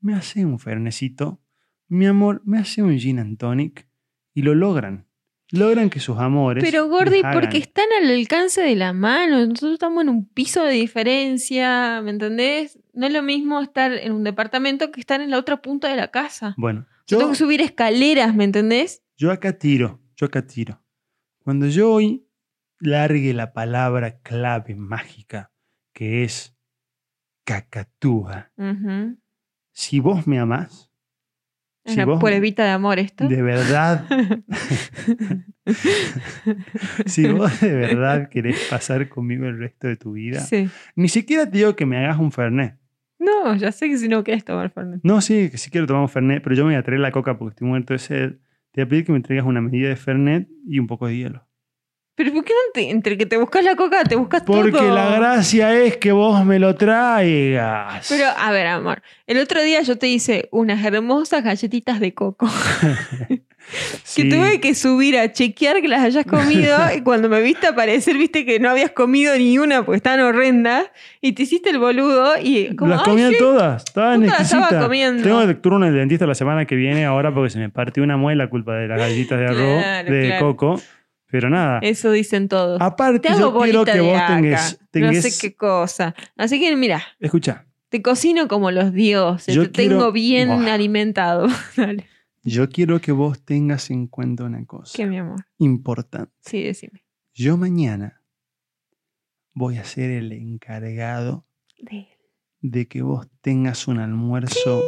[SPEAKER 8] me hace un fernecito, mi amor, me hace un gin and tonic. Y lo logran. Logran que sus amores.
[SPEAKER 7] Pero Gordi,
[SPEAKER 8] les hagan.
[SPEAKER 7] porque están al alcance de la mano, nosotros estamos en un piso de diferencia, ¿me entendés? No es lo mismo estar en un departamento que estar en la otra punta de la casa.
[SPEAKER 8] Bueno,
[SPEAKER 7] Yo
[SPEAKER 8] yo,
[SPEAKER 7] tengo que subir escaleras, ¿me entendés?
[SPEAKER 8] yo acá tiro, yo acá tiro. Cuando yo hoy largue la palabra clave mágica, que es cacatúa,
[SPEAKER 7] Ujú.
[SPEAKER 8] si vos me amás,
[SPEAKER 7] Es
[SPEAKER 8] Si
[SPEAKER 7] una
[SPEAKER 8] vos-
[SPEAKER 7] pruebita de amor esto.
[SPEAKER 8] De verdad, si vos de verdad querés pasar conmigo el resto de tu vida,
[SPEAKER 7] Sí.
[SPEAKER 8] ni siquiera te digo que me hagas un Fernet.
[SPEAKER 7] No, ya sé que si no querés tomar Fernet.
[SPEAKER 8] No, sí, que si quiero tomar un Fernet, pero yo me voy a traer la coca porque estoy muerto de sed. Te voy a pedir que me traigas una medida de Fernet y un poco de hielo.
[SPEAKER 7] Pero ¿por qué no te- entre que te buscas la coca, te buscas
[SPEAKER 8] Porque
[SPEAKER 7] todo?
[SPEAKER 8] la gracia es que vos me lo traigas.
[SPEAKER 7] Pero, a ver, amor, el otro día yo te hice unas hermosas galletitas de coco.
[SPEAKER 8] Sí.
[SPEAKER 7] Que tuve que subir a chequear que las hayas comido y cuando me viste aparecer viste que no habías comido ni una porque estaban horrendas y te hiciste el boludo y como,
[SPEAKER 8] las
[SPEAKER 7] "Ay,
[SPEAKER 8] comía
[SPEAKER 7] sí".
[SPEAKER 8] todas, estaban
[SPEAKER 7] Puta, las estaba
[SPEAKER 8] exquisitas.
[SPEAKER 7] comiendo.
[SPEAKER 8] Tengo que lectura en el dentista la semana que viene ahora porque se me partió una muela culpa de las galletas de arroz,
[SPEAKER 7] Claro,
[SPEAKER 8] de
[SPEAKER 7] claro.
[SPEAKER 8] coco. Pero nada.
[SPEAKER 7] Eso dicen todos.
[SPEAKER 8] Aparte,
[SPEAKER 7] te hago
[SPEAKER 8] Ah, yo quiero
[SPEAKER 7] bolita
[SPEAKER 8] que
[SPEAKER 7] de
[SPEAKER 8] vos
[SPEAKER 7] acá,
[SPEAKER 8] tengas.
[SPEAKER 7] no sé qué cosa. Así que mira,
[SPEAKER 8] Escucha,
[SPEAKER 7] te cocino como los dioses,
[SPEAKER 8] Yo
[SPEAKER 7] te tengo
[SPEAKER 8] quiero-
[SPEAKER 7] bien
[SPEAKER 8] Buah.
[SPEAKER 7] alimentado. Dale.
[SPEAKER 8] yo quiero que vos tengas en cuenta una cosa
[SPEAKER 7] ¿Qué mi amor?
[SPEAKER 8] importante.
[SPEAKER 7] Sí, decime.
[SPEAKER 8] Yo mañana voy a ser el encargado de que vos tengas un almuerzo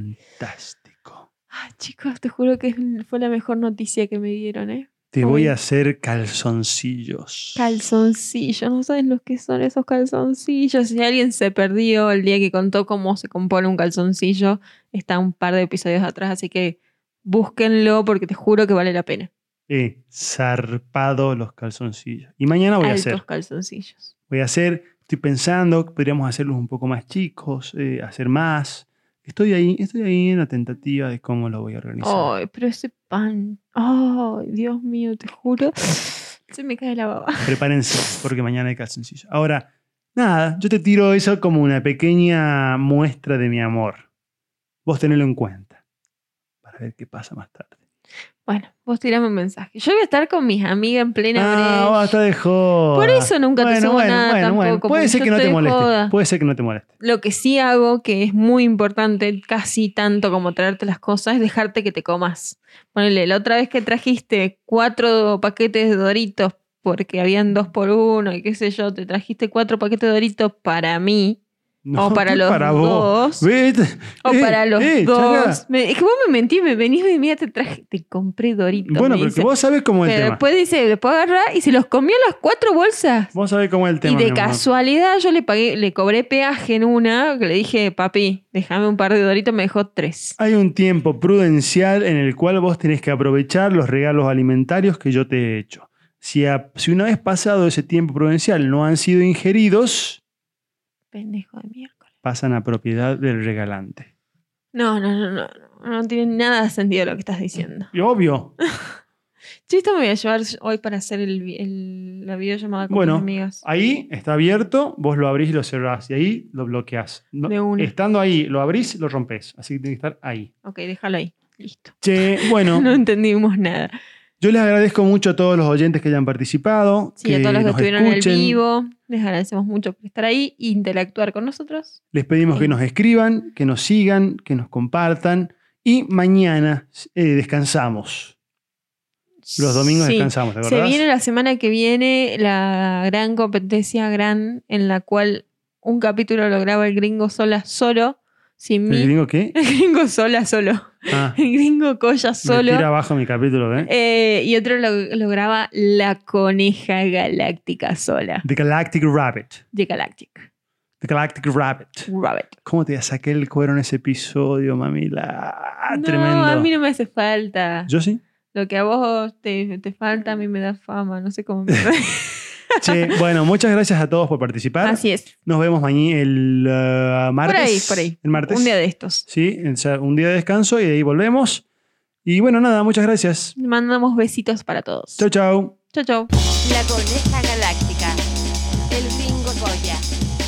[SPEAKER 8] fantástico.
[SPEAKER 7] Ah, chicos, te juro que fue la mejor noticia que me dieron, ¿eh?
[SPEAKER 8] Te
[SPEAKER 7] Ay.
[SPEAKER 8] voy a hacer calzoncillos.
[SPEAKER 7] Calzoncillos, no saben los que son esos calzoncillos. Si alguien se perdió el día que contó cómo se compone un calzoncillo, está un par de episodios atrás, así que búsquenlo porque te juro que vale la pena.
[SPEAKER 8] Eh, zarpado los calzoncillos. Y mañana voy a
[SPEAKER 7] Altos
[SPEAKER 8] hacer.
[SPEAKER 7] calzoncillos.
[SPEAKER 8] Voy a hacer, estoy pensando que podríamos hacerlos un poco más chicos, eh, hacer más. Estoy ahí, estoy ahí en la tentativa de cómo lo voy a organizar.
[SPEAKER 7] Ay, pero ese pan. Ay, Dios mío, te juro. Se me cae la baba.
[SPEAKER 8] Prepárense, porque mañana hay calzoncillo. Ahora, nada, yo te tiro eso como una pequeña muestra de mi amor. Vos tenelo en cuenta. Para ver qué pasa más tarde.
[SPEAKER 7] Bueno, vos tirame un mensaje. Yo voy a estar con mis amigas en plena
[SPEAKER 8] Ah,
[SPEAKER 7] brecha.
[SPEAKER 8] basta de joda.
[SPEAKER 7] Por eso nunca te subo nada tampoco.
[SPEAKER 8] Puede
[SPEAKER 7] porque
[SPEAKER 8] ser
[SPEAKER 7] yo
[SPEAKER 8] que no
[SPEAKER 7] estoy
[SPEAKER 8] te
[SPEAKER 7] de
[SPEAKER 8] moleste.
[SPEAKER 7] joda.
[SPEAKER 8] Puede ser que no te moleste.
[SPEAKER 7] Lo que sí hago, que es muy importante, casi tanto como traerte las cosas, es dejarte que te comas. Ponele, la otra vez que trajiste cuatro paquetes de doritos porque habían dos por uno y qué sé yo, te trajiste cuatro paquetes de doritos para mí
[SPEAKER 8] No,
[SPEAKER 7] o para
[SPEAKER 8] ¿qué
[SPEAKER 7] los dos.
[SPEAKER 8] Vete.
[SPEAKER 7] O
[SPEAKER 8] Eh,
[SPEAKER 7] para los
[SPEAKER 8] eh,
[SPEAKER 7] dos.
[SPEAKER 8] Chana.
[SPEAKER 7] Me- es que vos me mentís, me venís y mira, te traje, te compré doritos.
[SPEAKER 8] Bueno,
[SPEAKER 7] me
[SPEAKER 8] pero
[SPEAKER 7] dice.
[SPEAKER 8] que vos sabés cómo es el
[SPEAKER 7] Pero
[SPEAKER 8] tema.
[SPEAKER 7] después dice, después agarrar y se los comió las cuatro bolsas.
[SPEAKER 8] Vos sabés cómo es el tema.
[SPEAKER 7] y de
[SPEAKER 8] mi amor.
[SPEAKER 7] casualidad yo le pagué, le cobré peaje en una, que le dije, papi, déjame un par de doritos, me dejó tres.
[SPEAKER 8] Hay un tiempo prudencial en el cual vos tenés que aprovechar los regalos alimentarios que yo te he hecho. Si, a- si una vez pasado ese tiempo prudencial no han sido ingeridos,
[SPEAKER 7] Pendejo de miércoles.
[SPEAKER 8] pasan a propiedad del regalante.
[SPEAKER 7] No, no, no, no, no, no tiene nada de sentido lo que estás diciendo.
[SPEAKER 8] Y obvio.
[SPEAKER 7] Che, esto me voy a llevar hoy para hacer el, vi- el- la videollamada con
[SPEAKER 8] Bueno,
[SPEAKER 7] mis amigas.
[SPEAKER 8] Ahí está abierto, vos lo abrís y lo cerrás. Y ahí lo bloqueás. No-
[SPEAKER 7] De una.
[SPEAKER 8] Estando ahí, lo abrís, lo rompés. Así que tiene que estar ahí.
[SPEAKER 7] Ok, déjalo ahí. Listo.
[SPEAKER 8] Che, bueno.
[SPEAKER 7] No entendimos nada.
[SPEAKER 8] Yo les agradezco mucho a todos los oyentes que hayan participado.
[SPEAKER 7] Sí, a todos los que
[SPEAKER 8] nos
[SPEAKER 7] estuvieron
[SPEAKER 8] escuchen.
[SPEAKER 7] en el vivo, les agradecemos mucho por estar ahí e interactuar con nosotros.
[SPEAKER 8] Les pedimos que
[SPEAKER 7] Sí.
[SPEAKER 8] nos escriban, que nos sigan, que nos compartan. Y mañana eh, descansamos. Los domingos
[SPEAKER 7] Sí.
[SPEAKER 8] descansamos, ¿te
[SPEAKER 7] Se
[SPEAKER 8] acordás?
[SPEAKER 7] viene la semana que viene la gran competencia gran en la cual un capítulo lo graba el gringo sola solo, sin
[SPEAKER 8] ¿El
[SPEAKER 7] mí.
[SPEAKER 8] gringo qué?
[SPEAKER 7] El gringo sola solo.
[SPEAKER 8] Ah,
[SPEAKER 7] El gringo colla
[SPEAKER 8] Me tira
[SPEAKER 7] solo.
[SPEAKER 8] abajo mi capítulo, ¿eh?
[SPEAKER 7] Eh, y otro lo, lo graba la coneja galáctica sola.
[SPEAKER 8] The Galactic Rabbit.
[SPEAKER 7] De Galactic.
[SPEAKER 8] The Galactic Rabbit.
[SPEAKER 7] Rabbit.
[SPEAKER 8] ¿Cómo te saqué el cuero en ese episodio, mamila? Ah,
[SPEAKER 7] no,
[SPEAKER 8] Tremendo.
[SPEAKER 7] a mí no me hace falta.
[SPEAKER 8] Yo sí.
[SPEAKER 7] Lo que a vos te, te falta, a mí me da fama. No sé cómo me.
[SPEAKER 8] Che, bueno, muchas gracias a todos por participar.
[SPEAKER 7] Así es.
[SPEAKER 8] Nos vemos mañana el eh, martes.
[SPEAKER 7] por ahí.
[SPEAKER 8] El martes.
[SPEAKER 7] Un día de estos.
[SPEAKER 8] Sí, o sea, un día de descanso y de ahí volvemos. Y bueno, nada, muchas gracias.
[SPEAKER 7] Mandamos besitos para todos.
[SPEAKER 8] Chau, chau.
[SPEAKER 7] Chau, chau.
[SPEAKER 2] La coneja galáctica. El gringo Goya.